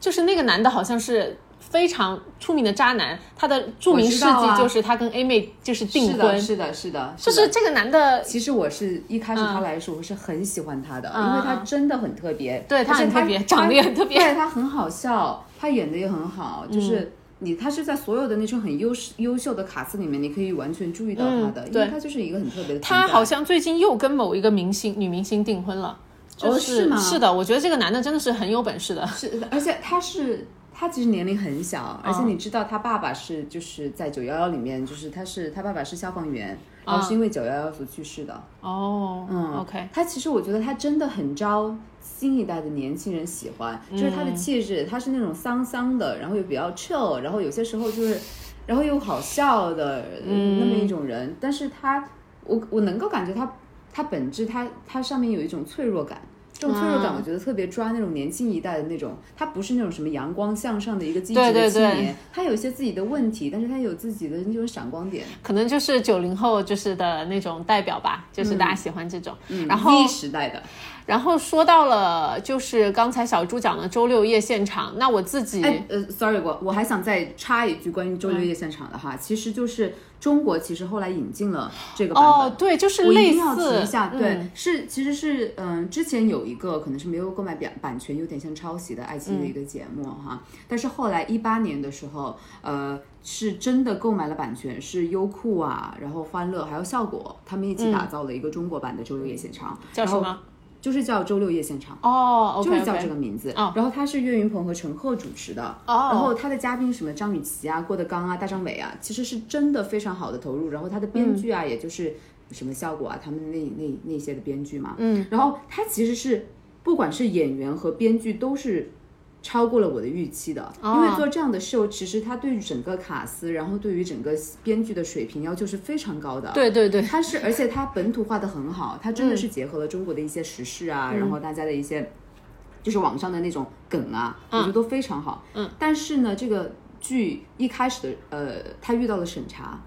S2: 就是那个男的好像是非常出名的渣男，他的著名
S1: 我
S2: 事
S1: 知道啊
S2: 迹就是他跟 A 妹就是订
S1: 是的，
S2: 婚，
S1: 是的，是的，
S2: 就是
S1: 的
S2: 是这个男的
S1: 其实我是一开始他来的时候，我是很喜欢他的，
S2: 嗯
S1: 因为他真的很特别，
S2: 对他
S1: 而且
S2: 很特别长得也很特别嗯
S1: 对他很好笑，他演的也很好，就是你他是在所有的那种很优势优秀的卡司里面，你可以完全注意到他的，因
S2: 嗯对
S1: 为他就是一个很特别的存在。
S2: 他好像最近又跟某一个明星女明星订婚了。就
S1: 哦
S2: 是、
S1: 是吗
S2: 是的，我觉得这个男的真的是很有本事的。
S1: 是，而且他是。他其实年龄很小，
S2: 嗯
S1: 而且你知道他爸爸是就是在九幺幺里面，就是他是他爸爸是消防员，然
S2: 嗯
S1: 后是因为九幺幺所去世的。
S2: 哦，嗯，OK，
S1: 他其实我觉得他真的很招新一代的年轻人喜欢，
S2: 嗯
S1: 就是他的气质，他是那种丧丧的，然后又比较 chill，然后有些时候就是，然后又好笑的、呃那么一种人。但是他，我我能够感觉他，他本质他他上面有一种脆弱感。这种脆弱感，
S2: 啊
S1: 我觉得特别抓那种年轻一代的那种，他不是那种什么阳光向上的一个积极
S2: 对对
S1: 的青
S2: 对
S1: 年，他有一些自己的问题，但是他有自己的那种闪光点，
S2: 可能就是九零后就是的那种代表吧，就是大家喜欢这种。然
S1: 嗯
S2: 后
S1: Z 时代的。
S2: 然后说到了就是刚才小猪讲的周六夜现场，那我自己、
S1: 哎，呃，sorry，我我还想再插一句关于周六夜现场的哈，其实就是中国其实后来引进了这个版本。
S2: 哦，对，就是
S1: 我一
S2: 类
S1: 定要提
S2: 似
S1: 一下，对，
S2: 嗯
S1: 是其实是嗯、之前有一个可能是没有购买版版权，有点像抄袭的爱奇艺的
S2: 嗯
S1: 一个节目、哈，但是后来一八年的时候，呃，是真的购买了版权，是优酷啊，然后欢乐还有效果他们一起打造了一个中国版的周六夜现场，
S2: 嗯叫什
S1: 然后
S2: 么？
S1: 就是叫周六夜现场。
S2: 哦，OK，
S1: 就是叫这个名字。
S2: 哦
S1: 然后他是岳云鹏和陈赫主持的，
S2: 哦
S1: 然后他的嘉宾什么张雨绮啊、郭德纲啊、大张伟啊，其实是真的非常好的投入。然后他的编剧啊，也就是什么效果啊，他们那那那些的编剧嘛，嗯，然后他其实是不管是演员和编剧都是。超过了我的预期的，
S2: 哦
S1: 因为做这样的 show，其实他对于整个卡司，然后对于整个编剧的水平要求是非常高的。
S2: 对对对，
S1: 它是，而且它本土化的很好，它真的是结合了中国的一些时事啊，然后大家的一些就是网上的那种梗啊，我觉得都非常好。嗯，但是呢，这个剧一开始的呃，他遇到了审查。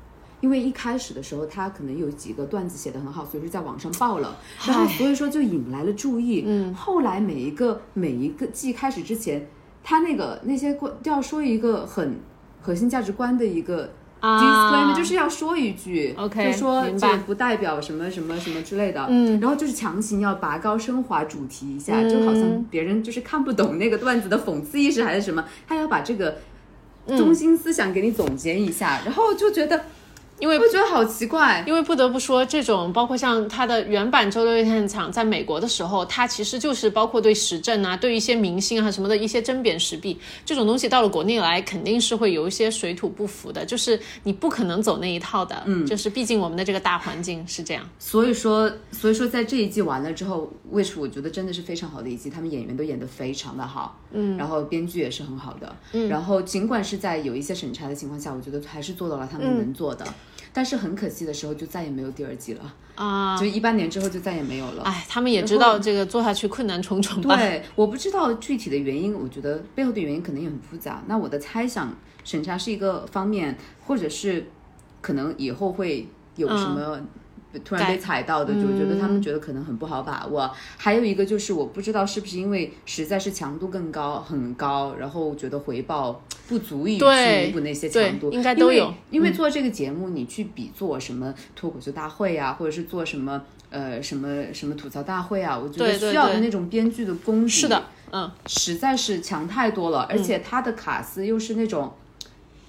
S1: 因为一开始的时候，他可能有几个段子写的很好，所以说在网上爆了，然后所以说就引来了注意。嗯，后来每一个每一个季开始之前，他那个那些观都要说一个很核心价值观的一个 disclaimer，、
S2: 啊
S1: 就是要说一句
S2: OK，
S1: 就说
S2: 明
S1: 这
S2: 白
S1: 个不代表什么什么什么之类的，嗯，然后就是强行要拔高升华主题一下，
S2: 嗯
S1: 就好像别人就是看不懂那个段子的讽刺意识还是什么，他要把这个
S2: 嗯
S1: 中心思想给你总结一下，然后就觉得，
S2: 因为
S1: 我觉得好奇怪，
S2: 因为不得不说，这种包括像它的原版《周六夜现场》在美国的时候，它其实就是包括对时政啊、对一些明星啊什么的一些针砭时弊，这种东西到了国内来，肯定是会有一些水土不服的，就是你不可能走那一套的，嗯，就是毕竟我们的这个大环境是这样，
S1: 所以说，所以说在这一季完了之后，which 我觉得真的是非常好的一季，他们演员都演得非常的好，嗯，然后编剧也是很好的，嗯，然后尽管是在有一些审查的情况下，我觉得还是做到了他们能做的，但是很可惜的时候就再也没有第二季了，
S2: 啊、
S1: 就一八年之后就再也没有了。
S2: 哎，他们也知道这个做下去困难重重吧？
S1: 对，哎我不知道具体的原因，我觉得背后的原因可能也很复杂。那我的猜想，审查是一个方面，或者是可能以后会有什么突然被
S2: 嗯改嗯
S1: 踩到的，就觉得他们觉得可能很不好把握。还有一个就是我不知道是不是因为实在是强度更高很高，然后觉得回报不足以去
S2: 对
S1: 弥补那些
S2: 对
S1: 强度，
S2: 应该都有嗯
S1: 因为因为做这个节目，你去比做什么脱口秀大会啊，或者是做什么呃什么什么吐槽大会啊，我觉得
S2: 对对
S1: 需要的
S2: 对
S1: 那种编剧的功底
S2: 是的，嗯，
S1: 实在是强太多了，而且他的卡司又是那种，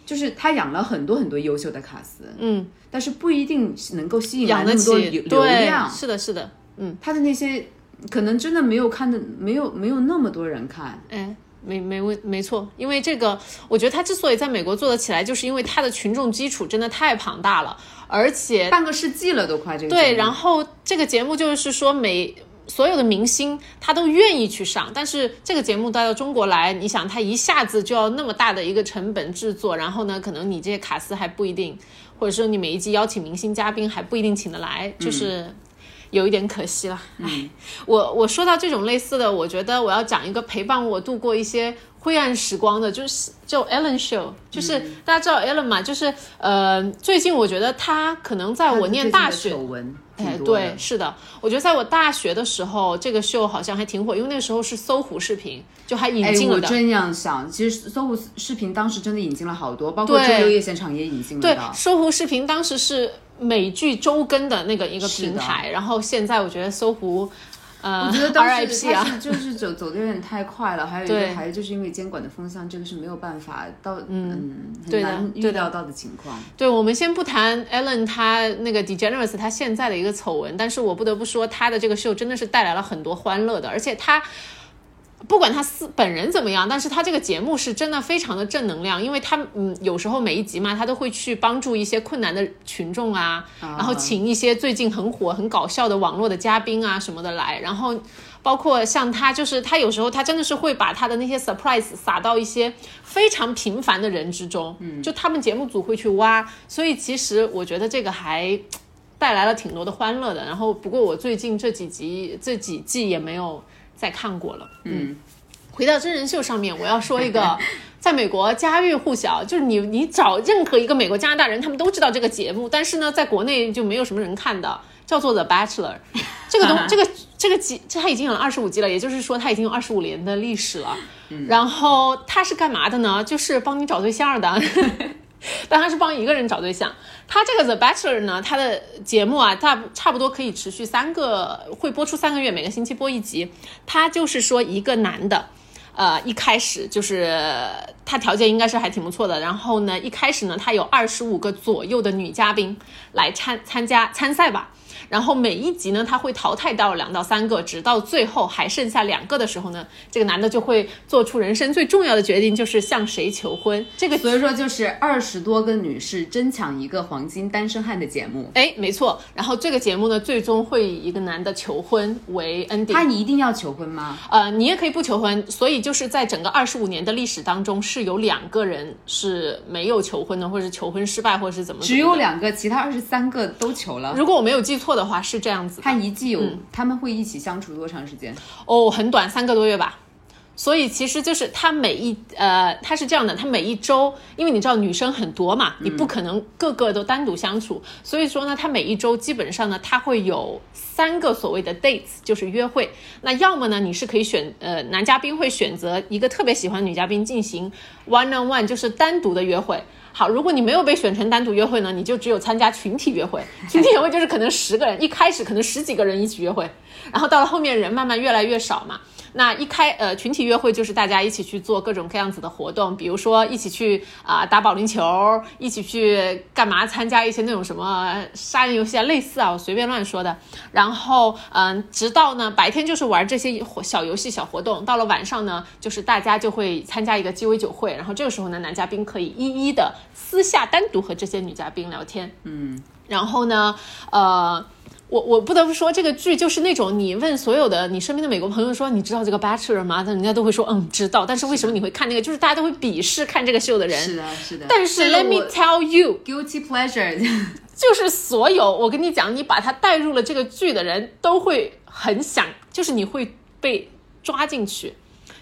S1: 就是他养了很多很多优秀的卡司，
S2: 嗯，
S1: 但是不一定能够吸引来
S2: 养
S1: 那
S2: 得
S1: 么多
S2: 起，
S1: 流流
S2: 对，
S1: 量。
S2: 是的，是的，嗯，
S1: 他的那些可能真的没有看的，没有没有那么多人看。
S2: 哎，没没问，没错，因为这个，我觉得他之所以在美国做得起来，就是因为他的群众基础真的太庞大了，而且
S1: 半个世纪了都快这个
S2: 哎对，然
S1: 后
S2: 后这个节目就是说每所有的明星他都愿意去上，但是这个节目带到中国来，你想他一下子就要那么大的一个成本制作，然后呢，可能你这些卡司还不一定，或者说你每一季邀请明星嘉宾还不一定请得来，就是。有一点可惜了，唉，我我说到这种类似的，我觉得我要讲一个陪伴我度过一些灰暗时光的，就是就 Ellen Show，就是、大家知道 Ellen 嘛，就是呃，最近我觉得他可能在我念大学
S1: 丑闻
S2: 哎
S1: 挺，多的
S2: 对，是的，我觉得在我大学的时候，这个秀好像还挺火，因为那个时候是搜狐视频，就还引
S1: 哎，
S2: 进
S1: 我
S2: 了的。
S1: 真想想，其实搜狐视频当时真的引进了好多，包括周
S2: 对
S1: 六夜现场也引进了
S2: 对
S1: 的，
S2: 搜狐视频当时是美剧周更的那个一个
S1: 是
S2: 平
S1: 的
S2: 台，然后现在我觉得搜狐，呃
S1: 我觉得当时
S2: ，RIP
S1: 他
S2: 啊，
S1: 是就是走走的有点太快了，还有一
S2: 对
S1: 个还就是因为监管的风向，这个是没有办法到嗯很
S2: 对的
S1: 难预
S2: 对的
S1: 料到的情况。
S2: 对，我们先不谈 Ellen 他那个 DeGeneres 他现在的一个丑闻，但是我不得不说他的这个秀真的是带来了很多欢乐的，而且他不管他私本人怎么样，但是他这个节目是真的非常的正能量，因为他嗯有时候每一集嘛，他都会去帮助一些困难的群众啊，然后请一些最近很火很搞笑的网络的嘉宾啊什么的来，然后。包括像他，就是他有时候他真的是会把他的那些 surprise 撒到一些非常平凡的人之中，嗯，就他们节目组会去挖，所以其实我觉得这个还带来了挺多的欢乐的。然后不过我最近这几集这几季也没有再看过了，嗯。回到真人秀上面，我要说一个，在美国家喻户晓，就是你你找任何一个美国、加拿大人，他们都知道这个节目，但是呢，在国内就没有什么人看的，叫做《The Bachelor》。这 个东这个这个集，这它已经有二十五集了，也就是说它已经有二十五年的历史了。然后它是干嘛的呢？就是帮你找对象的。但他是帮一个人找对象。他这个 The Bachelor 呢，他的节目啊，大差不多可以持续三个，会播出三个月，每个星期播一集。他就是说一个男的。呃，一开始就是他条件应该是还挺不错的，然后呢，一开始呢，他有二十五个左右的女嘉宾来参参加参赛吧，然后每一集呢，他会淘汰到两到三个，直到最后还剩下两个的时候呢，这个男的就会做出人生最重要的决定，就是向谁求婚。这个
S1: 所以说，就是二十多个女士争抢一个黄金单身汉的节目，
S2: 哎，没错。然后这个节目呢，最终会以一个男的求婚为 ending。
S1: 她一定要求婚吗？
S2: 呃，你也可以不求婚，所以就是在整个二十五年的历史当中，是有两个人是没有求婚的，或者是求婚失败，或者是怎么
S1: 只有
S2: 两。
S1: 两个，其他二十三个都求了。
S2: 如果我嗯没有记错的话，是这样子的。
S1: 她一季有，他们会一起相处多长时间？
S2: 哦，很短，三个多月吧。所以其实就是他每一呃，他是这样的，他每一周，因为你知道女生很多嘛，你不可能个个都单独相处，所以说呢，他每一周基本上呢，他会有三个所谓的 dates，就是约会。那要么呢，你是可以选呃，男嘉宾会选择一个特别喜欢的女嘉宾进行 one on one，就是单独的约会。好，如果你没有被选成单独约会呢，你就只有参加群体约会。群体约会就是可能十个人，一开始可能十几个人一起约会，然后到了后面人慢慢越来越少嘛。那一开呃群体约会就是大家一起去做各种各样子的活动，比如说一起去啊、打保龄球，一起去干嘛参加一些那种什么杀人游戏啊类似啊，我随便乱说的。然后嗯、直到呢白天就是玩这些活小游戏小活动，到了晚上呢就是大家就会参加一个鸡尾酒会，然后这个时候呢男嘉宾可以一一的私下单独和这些女嘉宾聊天。然后呢，呃，我我不得不说，这个剧就是那种你问所有的你身边的美国朋友说你知道这个 Bachelor 吗？但人家都会说嗯知道，但是为什么你会看那个？就是大家都会鄙视看这个秀的人。
S1: 是的，是的。
S2: 但
S1: 这
S2: 是
S1: 个
S2: Let me
S1: 我
S2: tell you，
S1: guilty pleasure，
S2: 就是所有我跟你讲，你把他带入了这个剧的人都会很想，就是你会被抓进去。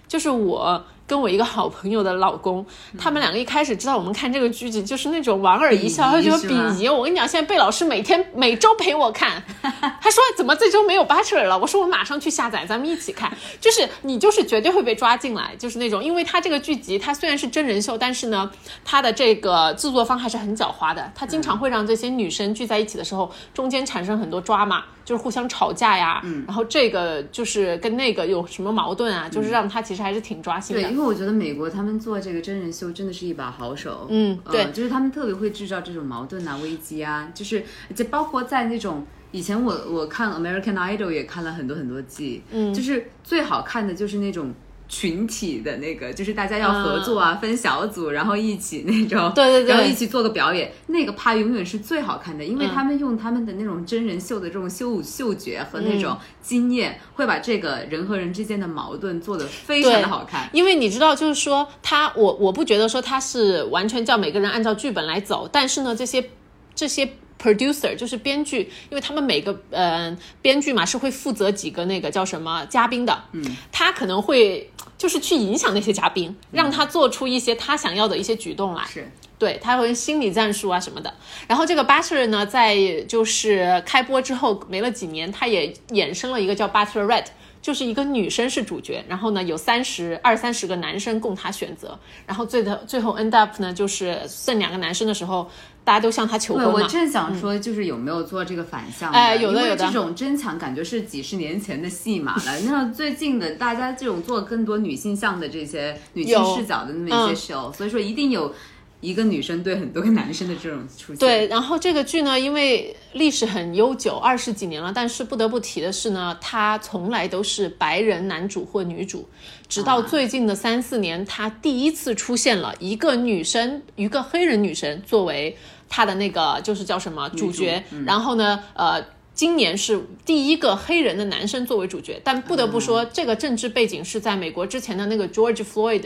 S2: 就是我跟我一个好朋友的老公，他们两个一开始知道我们看这个剧集，就是那种莞尔一
S1: 嗯
S2: 笑，他
S5: 鄙夷
S2: 觉得
S5: 是吧
S2: 鄙夷。我跟你讲，现在贝老师每天 每周陪我看，他说怎么这周没有 Bachelor 了？我说我马上去下载，咱们一起看。 就是你就是绝对会被抓进来，就是那种，因为他这个剧集它虽然是真人秀，但是呢，他的这个制作方还是很狡猾的，他经常会让这些女生聚在一起的时候，中间产生很多抓马，就是互相吵架呀，然后这个就是跟那个有什么矛盾啊，就是让他其实还是挺抓心的。
S1: 对，因为我觉得美国他们做这个真人秀真的是一把好手。
S2: 嗯
S1: 呃
S2: 对
S1: 就是他们特别会制造这种矛盾啊、危机啊，就是这包括在那种。以前我我看 American Idol 也看了很多很多季，嗯，就是最好看的就是那种群体的那个，就是大家要合作啊，分小组，然后一起那种，
S2: 对对对
S1: 然后一起做个表演，那个趴永远是最好看的，因为他们用他们的那种真人秀的这种嗅嗅觉和那
S2: 嗯
S1: 种经验，会把这个人和人之间的矛盾做得非常
S2: 对
S1: 的好看。
S2: 因为你知道，就是说他，我我不觉得说他是完全叫每个人按照剧本来走，但是呢，这些这些 producer 就是编剧，因为他们每个嗯、呃、编剧嘛是会负责几个那个叫什么嘉宾的，嗯，他可能会就是去影响那些嘉宾，让他做出一些他想要的一些举动来，
S1: 是，
S2: 对，他会心理战术啊什么的。然后这个 Bachelor 呢，在就是开播之后没了几年，他也衍生了一个叫 Bachelorette，就是一个女生是主角，然后呢有三十二三十个男生供她选择，然后最的最后 end up 呢就是剩两个男生的时候，大家都向她求
S1: 对，
S2: 婚
S1: 我
S2: 嘛。
S1: 正想说，就是有没有做这个反向
S2: 嗯哎有的
S1: 因为
S2: 有的
S1: 这种争抢感觉是几十年前的戏码 了。那最近的大家这种做更多女性向的这些女性
S2: 有嗯
S1: 视角的那么一些 show，、所以说一定有一个女生对很多个男生的这种出现。
S2: 对，，然后这个剧呢，因为历史很悠久，二十几年了，但是不得不提的是呢，它从来都是白人男主或女主，直到最近的三四年，它第一次出现了一个女生，一个黑人女生作为她的那个就是叫什么主角，
S1: 嗯
S2: 然后呢，呃。今年是第一个黑人的男生作为主角，但不得不说，
S1: 嗯
S2: 这个政治背景是在美国之前的那个 George Floyd，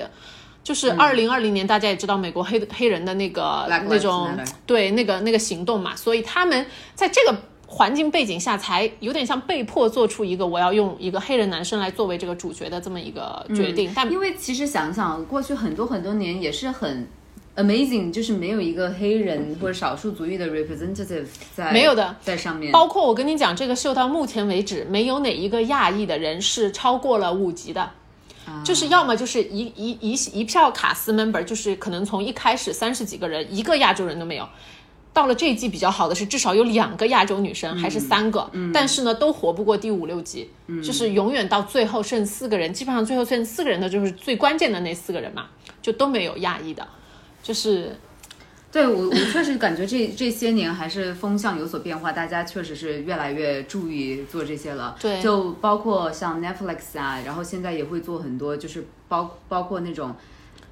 S2: 就是二零二零年，大家也知道美国黑黑人的那个
S1: 嗯 Black Lives
S2: 那种
S1: Matter
S2: 对那个那个行动嘛，所以他们在这个环境背景下，才有点像被迫做出一个我要用一个黑人男生来作为这个主角的这么一个决定。但
S1: 因为其实想想，过去很多很多年也是很 amazing，就是没有一个黑人或者少数族裔的 representative 在
S2: 没有的哦
S1: 在上面，
S2: 包括我跟你讲，这个秀到目前为止，没有哪一个亚裔的人是超过了五级的。就是要么就是一一一一票卡斯 member，就是可能从一开始三十几个人，一个亚洲人都没有。到了这一季比较好的是，至少有两个亚洲女生，还是三个，但是呢都活不过第五六集，就是永远到最后剩四个人，基本上最后剩四个人的就是最关键的那四个人嘛，就都没有亚裔的，就是
S1: 对我，我确实感觉这这些年还是风向有所变化，大家确实是越来越注意做这些了。
S2: 对
S1: 就包括像 Netflix 啊，然后现在也会做很多，就是包包括那种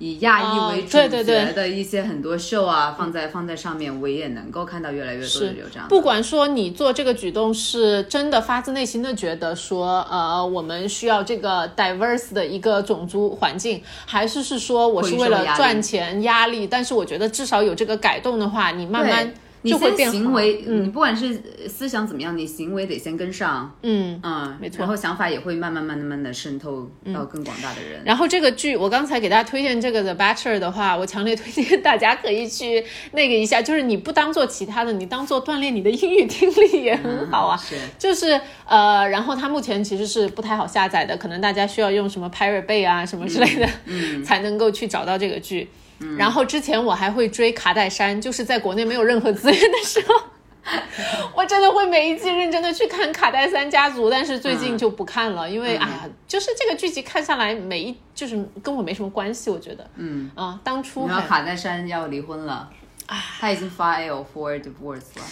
S1: 以亚
S2: 啊
S1: 裔为主
S2: 对对
S1: 角
S2: 对嗯
S1: 的一些很多秀啊，放在放在上面，我也能够看到越来越多的有这样的。
S2: 不管说你做这个举动是真的发自内心的觉得说，呃，我们需要这个 diverse 的一个种族环境，还是是说我是为
S1: 或者是有压
S2: 了
S1: 力
S2: 赚钱压力？但是我觉得至少有这个改动的话，你慢慢
S1: 对你
S2: 就会
S1: 先
S2: 变好
S1: 行为，你不管是思想怎么样，你行为得先跟上，
S2: 嗯。
S1: 嗯，
S2: 没错嗯
S1: 然后想法也会慢慢慢慢的渗透到更广大的人。
S2: 然后这个剧，我刚才给大家推荐这个《The Bachelor》的话，我强烈推荐大家可以去那个一下，就是你不当做其他的，你当做锻炼你的英语听力也很好啊。
S1: 是
S2: 就是呃，然后它目前其实是不太好下载的，可能大家需要用什么 Pirate Bay 啊什么之类的， 才能够去找到这个剧。然后之前我还会追《卡戴珊》，就是在国内没有任何资源的时候。 我真的会每一季认真的去看《卡戴珊家族》，但是最近就不看了，因为哎呀，就是这个剧集看下来，每一就是跟我没什么关系，我觉得，嗯啊，当初
S1: 然后
S2: 还
S1: 卡戴珊要离婚了，他已经 file for divorce 了。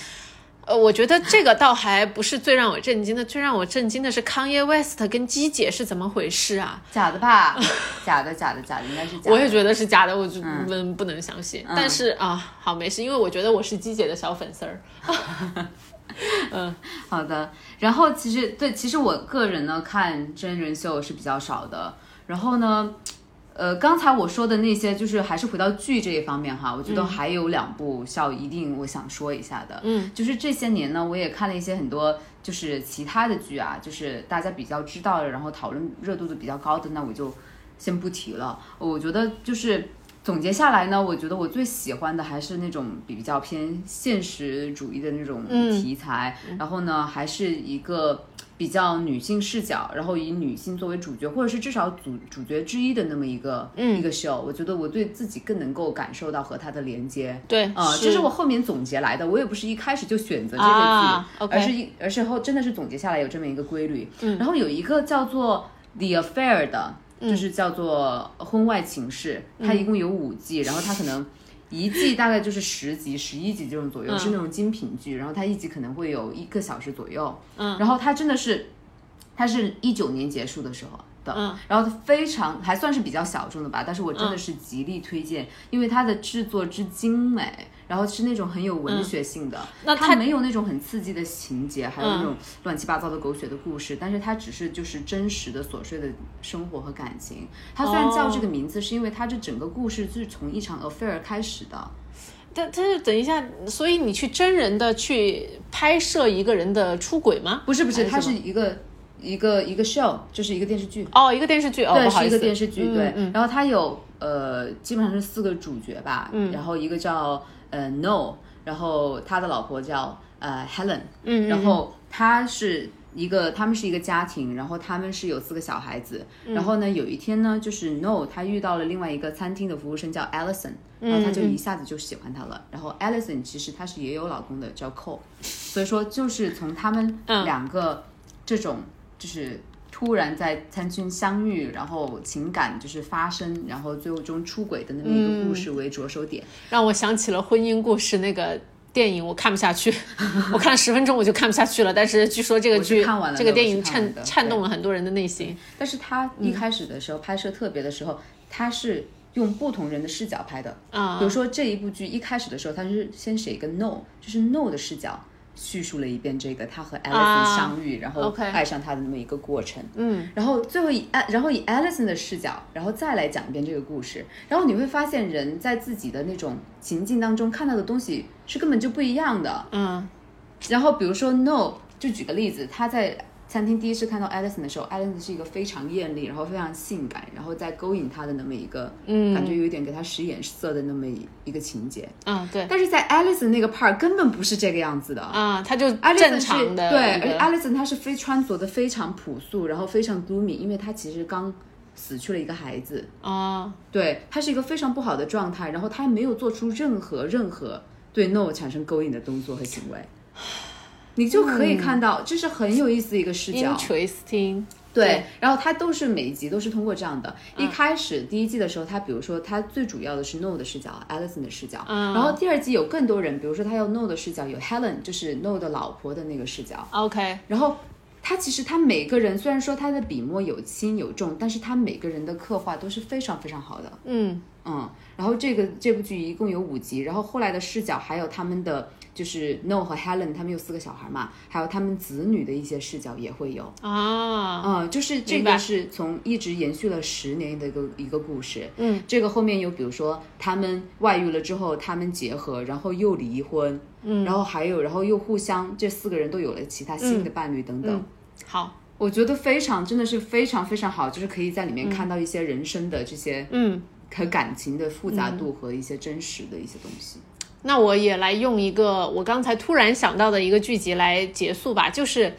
S2: 呃，我觉得这个倒还不是最让我震惊的，最让我震惊的是康耶 West 跟鸡姐是怎么回事啊？
S1: 假的吧？假的，假的，假的，应该是假的。
S2: 我也觉得是假的，我就嗯不能相信。但是啊，好没事，因为我觉得我是鸡姐的小粉丝儿。
S1: 好的。然后其实对，其实我个人呢看真人秀是比较少的。然后呢，呃，刚才我说的那些，就是还是回到剧这一方面哈，我觉得还有两部校一定我想说一下的。嗯，就是这些年呢，我也看了一些很多就是其他的剧啊，就是大家比较知道的，然后讨论热度都比较高的，那我就。先不提了。我觉得就是总结下来呢，我觉得我最喜欢的还是那种比较偏现实主义的那种
S2: 嗯
S1: 题材，然后呢，还是一个。比较女性视角，然后以女性作为主角，或者是至少主主角之一的那么一个、
S2: 嗯
S1: 一个 show，我觉得我对自己更能够感受到和它的连接。
S2: 对
S1: 呃，
S2: 是
S1: 这是我后面总结来的，我也不是一开始就选择这个剧，
S2: 啊，OK 嗯
S1: 而是一而是后真的是总结下来有这么一个规律。然后有一个叫做《The Affair》的，就是叫做《婚外情事》，它
S2: 嗯
S1: 一共有五季，然后它可能。一季大概就是十集、十一集这种左右，
S2: 嗯
S1: 是那种精品剧，然后它一集可能会有一个小时左右，
S2: 嗯
S1: 然后它真的是，它是一九年结束的时候的，
S2: 嗯
S1: 然后非常还算是比较小众的吧，但是我真的是极力推荐，因为它的制作之精美，然后是那种很有文学性的，
S2: 那
S1: 它
S2: 它
S1: 没有那种很刺激的情节，还有
S2: 嗯
S1: 那种乱七八糟的狗血的故事，但是它只是就是真实的琐碎的生活和感情。它虽然叫这个名字，是因为它这整个故事就是从一场 affair 开始的，
S2: 但但是等一下，所以你去真人的去拍摄一个人的出轨吗？
S1: 不是不是，
S2: 还
S1: 它
S2: 什
S1: 是
S2: 么
S1: 一个一个一个 show，就是一个电视剧。
S2: 哦，一个电视剧哦，
S1: 对，
S2: 不好
S1: 是
S2: 意
S1: 一
S2: 思，
S1: 个电视剧，
S2: 嗯
S1: 对。
S2: 嗯
S1: 然后它有呃，基本上是四个主角吧，
S2: 嗯
S1: 然后一个叫呃 No，然后他的老婆叫呃 Helen，
S2: 嗯嗯
S1: 然后他是。一个，他们是一个家庭，然后他们是有四个小孩子。
S2: 嗯
S1: 然后呢，有一天呢，就是 No，他遇到了另外一个餐厅的服务生叫 Alison，然后他
S2: 嗯
S1: 就一下子就喜欢他了。然后 Alison 其实她是也有老公的，叫 Cole。所以说，就是从他们
S2: 嗯
S1: 两个这种就是突然在餐厅相遇，然后情感就是发生，然后最终出轨的那么一个故事为着手点。
S2: 让我想起了婚姻故事那个。电影我看不 下去，我看了十分钟我就看不下去了。但是据说这个
S1: 我是
S2: 剧
S1: 看完了，的
S2: 这个电影
S1: 我是看完
S2: 颤
S1: 的
S2: 颤动了很多人的内心。
S1: 但是他一开始的时候、拍摄特别的时候，他是用不同人的视角拍的。
S2: 啊
S1: 比如说这一部剧一开始的时候，他是先写一个 no，就是 no 的视角。叙述了一遍这个他和 Alison
S2: 啊
S1: 相遇，然后
S2: OK
S1: 爱上他的那么一个过程。
S2: 嗯，
S1: 然后最后以啊然后以 Alison 的视角，然后再来讲一遍这个故事，然后你会发现人在自己的那种情境当中看到的东西是根本就不一样的。
S2: 嗯，
S1: 然后比如说 No，就举个例子，他在餐厅第一次看到 Alison 的时候，Alison 是一个非常艳丽，然后非常性感，然后在勾引他的那么一个，嗯，感觉有一点给他使眼色的那么一一个情节。
S2: 啊，对，
S1: 但是在 Alison 那个 part 根本不是这个样子的。
S2: 啊，他就
S1: Alison
S2: 正常的
S1: 是对，
S2: 一个
S1: 而 Alison 她是非穿着的非常朴素，然后非常 gloomy，因为她其实刚死去了一个孩子，
S2: 啊，
S1: 对，她是一个非常不好的状态，然后她没有做出任何任何对 No 产生勾引的动作和行为，你就可以看到，这是很有意思的一个视角。
S2: interesting，
S1: 对，然后它都是每一集都是通过这样的。一开始第一季的时候，它比如说它最主要的是 No 的视角，Alison 的视角，
S2: 嗯
S1: 然后第二季有更多人，比如说他有 No 的视角，有 Helen 就是 No 的老婆的那个视角，
S2: ，OK，
S1: 然后他其实他每个人虽然说他的笔墨有轻有重，但是他每个人的刻画都是非常非常好的。
S2: 嗯
S1: 嗯，然后这个这部剧一共有五集，然后后来的视角还有他们的就是 No 和 Helen 他们有四个小孩嘛，还有他们子女的一些视角也会有。
S2: 啊，
S1: 嗯，就是这
S2: 明
S1: 个
S2: 白
S1: 是从一直延续了十年的一个一个故事。
S2: 嗯，
S1: 这个后面有比如说他们外遇了之后，他们结合，然后又离婚，嗯，然后还有然后又互相这四个人都有了其他新的伴侣等等。
S2: 嗯好，
S1: 我觉得非常，真的是非常非常好，就是可以在里面看到一些人生的这些
S2: 嗯，
S1: 和感情的复杂度和一些真实的一些东西。
S2: 那我也来用一个我刚才突然想到的一个剧集来结束吧，就是。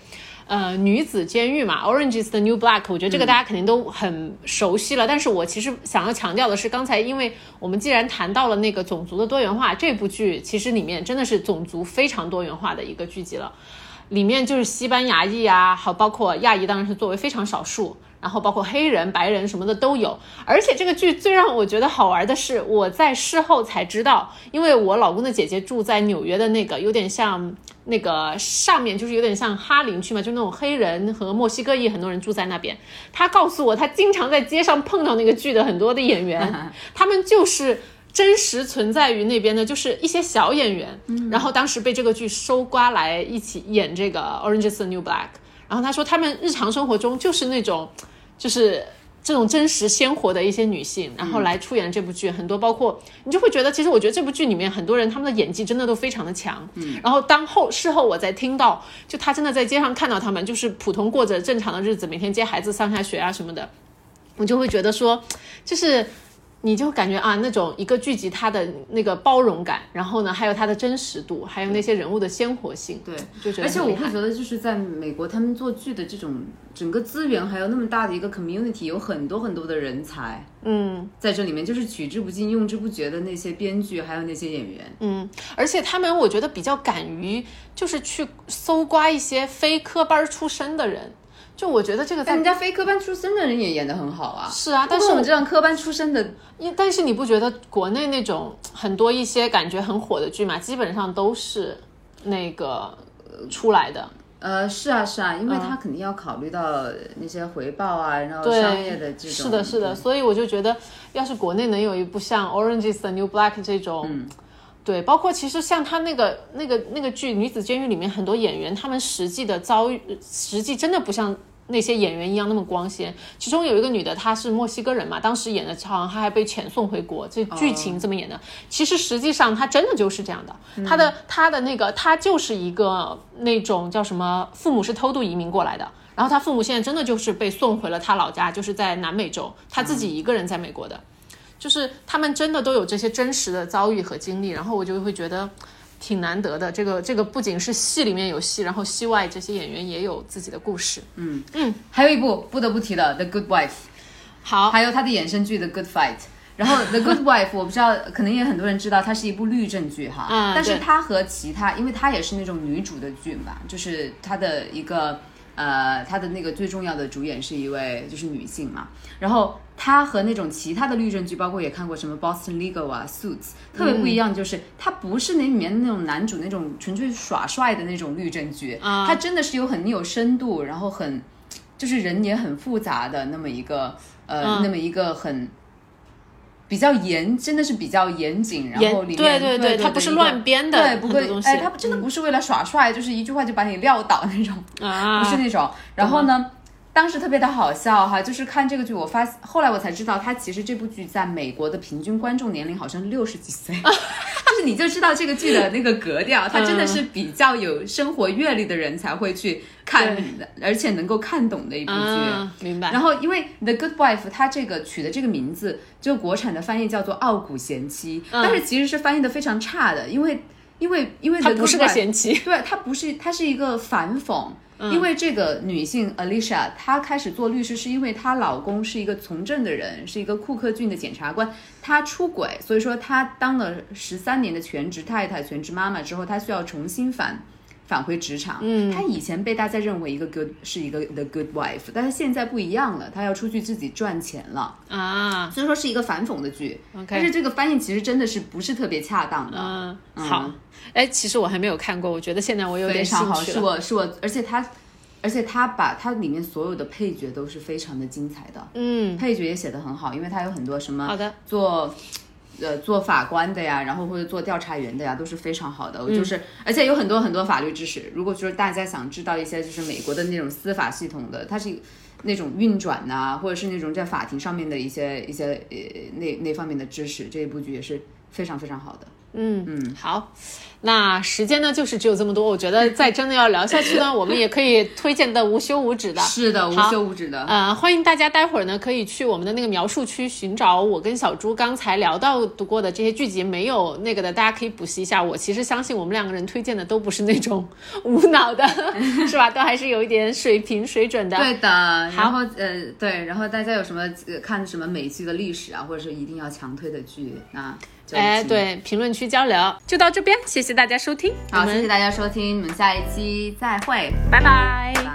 S2: 呃，女子监狱嘛，《Orange is the New Black》，我觉得这个大家肯定都很熟悉了。但是我其实想要强调的是，刚才因为我们既然谈到了那个种族的多元化，这部剧其实里面真的是种族非常多元化的一个剧集了。里面就是西班牙裔啊，好，包括亚裔当然是作为非常少数，然后包括黑人、白人什么的都有。而且这个剧最让我觉得好玩的是，我在事后才知道，因为我老公的姐姐住在纽约的那个有点像那个上面，就是有点像哈林区嘛，就那种黑人和墨西哥裔很多人住在那边。他告诉我，他经常在街上碰到那个剧的很多的演员，他们就是。真实存在于那边的，就是一些小演员，然后当时被这个剧收刮来一起演这个《Orange Is the New Black》，然后他说他们日常生活中就是那种，就是这种真实鲜活的一些女性，然后来出演这部剧，很多包括你就会觉得，其实我觉得这部剧里面很多人他们的演技真的都非常的强，嗯，然后当后事后我在听到，就他真的在街上看到他们，就是普通过着正常的日子，每天接孩子上下学啊什么的，我就会觉得说，就是你就感觉啊，那种一个剧集它的那个包容感，然后呢，还有它的真实度，还有那些人物的鲜活性，
S1: 对，
S2: 就觉
S1: 而
S2: 得
S1: 且
S2: 很
S1: 我
S2: 厉害
S1: 会觉得，就是在美国，他们做剧的这种整个资源，还有那么大的一个 community，有很多很多的人才
S2: 嗯。
S1: 在这里面，就是取之不尽、用之不绝的那些编剧，还有那些演员。
S2: 嗯，而且他们我觉得比较敢于就是去搜刮一些非科班出身的人，就我觉得这个
S1: 但
S2: 在
S1: 人家非科班出身的人也演得很好啊。
S2: 是啊，
S1: 不
S2: 但
S1: 过
S2: 是
S1: 我
S2: 我
S1: 们这样科班出身的，
S2: 因但是你不觉得国内那种很多一些感觉很火的剧嘛，基本上都是那个呃出来的，
S1: 呃，是啊是啊，因为
S2: 嗯
S1: 他肯定要考虑到那些回报啊，然后
S2: 对，
S1: 商业的这种。
S2: 是的，是的，
S1: 对。
S2: 所以我就觉得，要是国内能有一部像《Orange Is the New Black》这种，
S1: 嗯
S2: 对，包括其实像他那个那个那个剧《女子监狱》里面很多演员，他们实际的遭遇，实际真的不像。那些演员一样那么光鲜，其中有一个女的，她是墨西哥人嘛，当时演的好像她还被遣送回国，这剧情这么演的。其实实际上她真的就是这样的，她的她的那个她就是一个那种叫什么，父母是偷渡移民过来的，然后她父母现在真的就是被送回了她老家，就是在南美洲，她自己一个人在美国的，就是他们真的都有这些真实的遭遇和经历，然后我就会觉得挺难得的。这个这个不仅是戏里面有戏，然后戏外这些演员也有自己的故事。
S1: 还有一部不得不提的《The Good Wife》，
S2: 好，
S1: 还有他的衍生剧《The Good Fight》。然后《The Good Wife》，我不知道，可能也很多人知道，它是一部律政剧哈。
S2: 嗯
S1: 但是
S2: 对
S1: 它和其他，因为它也是那种女主的剧嘛，就是它的一个呃，它的那个最重要的主演是一位就是女性嘛。然后它和那种其他的律政剧，包括也看过什么《Boston Legal》啊，《Suits》，特别不一
S2: 嗯
S1: 样，就是、它不是那里面那种男主那种纯粹耍帅的那种律政剧，
S2: 啊
S1: 它真的是有很有深度，然后很就是人也很复杂的那么一个呃、
S2: 嗯
S1: 那么一个很比较严，真的是比较严谨，然后
S2: 严
S1: 里面
S2: 对对
S1: 对
S2: 对它
S1: 的
S2: 不是
S1: 一个
S2: 乱编的
S1: 对，不
S2: 很多
S1: 会
S2: 东西
S1: 哎，它真的不是为了耍帅，就是一句话就把你撂倒那种，
S2: 啊嗯
S1: 不是那种。然后呢？当时特别的好笑哈，就是看这个剧，我发后来我才知道，它其实这部剧在美国的平均观众年龄好像六十几 岁，就是你就知道这个剧的那个格调，它
S2: 嗯
S1: 真的是比较有生活阅历的人才会去看
S2: 对
S1: 的，而且能够看懂的一部剧。
S2: 啊，明白。
S1: 然后，因为《The Good Wife》它这个取的这个名字，就国产的翻译叫做《傲骨贤妻》，
S2: 嗯
S1: 但是其实是翻译的非常差的，因为因为因为
S2: 她
S1: The
S2: 不
S1: Good
S2: 是个
S1: Wife-
S2: 贤妻，
S1: 对，她不是，她是一个反讽。
S2: 嗯
S1: 因为这个女性 Alicia，她开始做律师是因为她老公是一个从政的人，是一个库克郡的检察官，她出轨，所以说她当了十三年的全职太太、全职妈妈之后，她需要重新返返回职场。嗯，她以前被大家认为一个 good 是一个 the good wife，但是现在不一样了，她要出去自己赚钱了，
S2: 啊，
S1: 所以说是一个反讽的剧。
S2: OK
S1: 但是这个翻译其实真的是不是特别恰当的。
S2: 嗯，好。哎，其实我还没有看过，我觉得现在我有
S1: 非
S2: 点兴
S1: 常好，
S2: 趣
S1: 是
S2: 了。
S1: 我是我，而且他，而且他把他里面所有的配角都是非常的精彩的，
S2: 嗯，
S1: 配角也写得很好，因为他有很多什么
S2: 好的
S1: 做。呃，做法官的呀，然后或者做调查员的呀，都是非常好的。我
S2: 嗯
S1: 就是，而且有很多很多法律知识。如果就是大家想知道一些就是美国的那种司法系统的，它是那种运转呐、或者是那种在法庭上面的一些一些呃那那方面的知识，这一部剧也是非常非常好的。
S2: 好，那时间呢，就是只有这么多。我觉得再真的要聊下去 呢，我们也可以推荐的无休无止的。
S1: 是的，无
S2: 好
S1: 休无止的。
S2: 呃，欢迎大家待会儿呢可以去我们的那个描述区寻找我跟小猪刚才聊到读过的这些剧集，没有那个的大家可以补习一下。我其实相信我们两个人推荐的都不是那种无脑的， 是吧？都还是有一点水平水准的。
S1: 对的，然后呃，对，然后大家有什么、呃、看什么美剧的历史啊，或者是一定要强推的剧，那就
S2: 哎，
S1: 请，
S2: 对，评论区交流就到这边，谢谢大家收听，
S1: 好，
S2: 我们
S1: 谢谢大家收听，我们下一期再会，
S2: 拜拜
S1: 拜。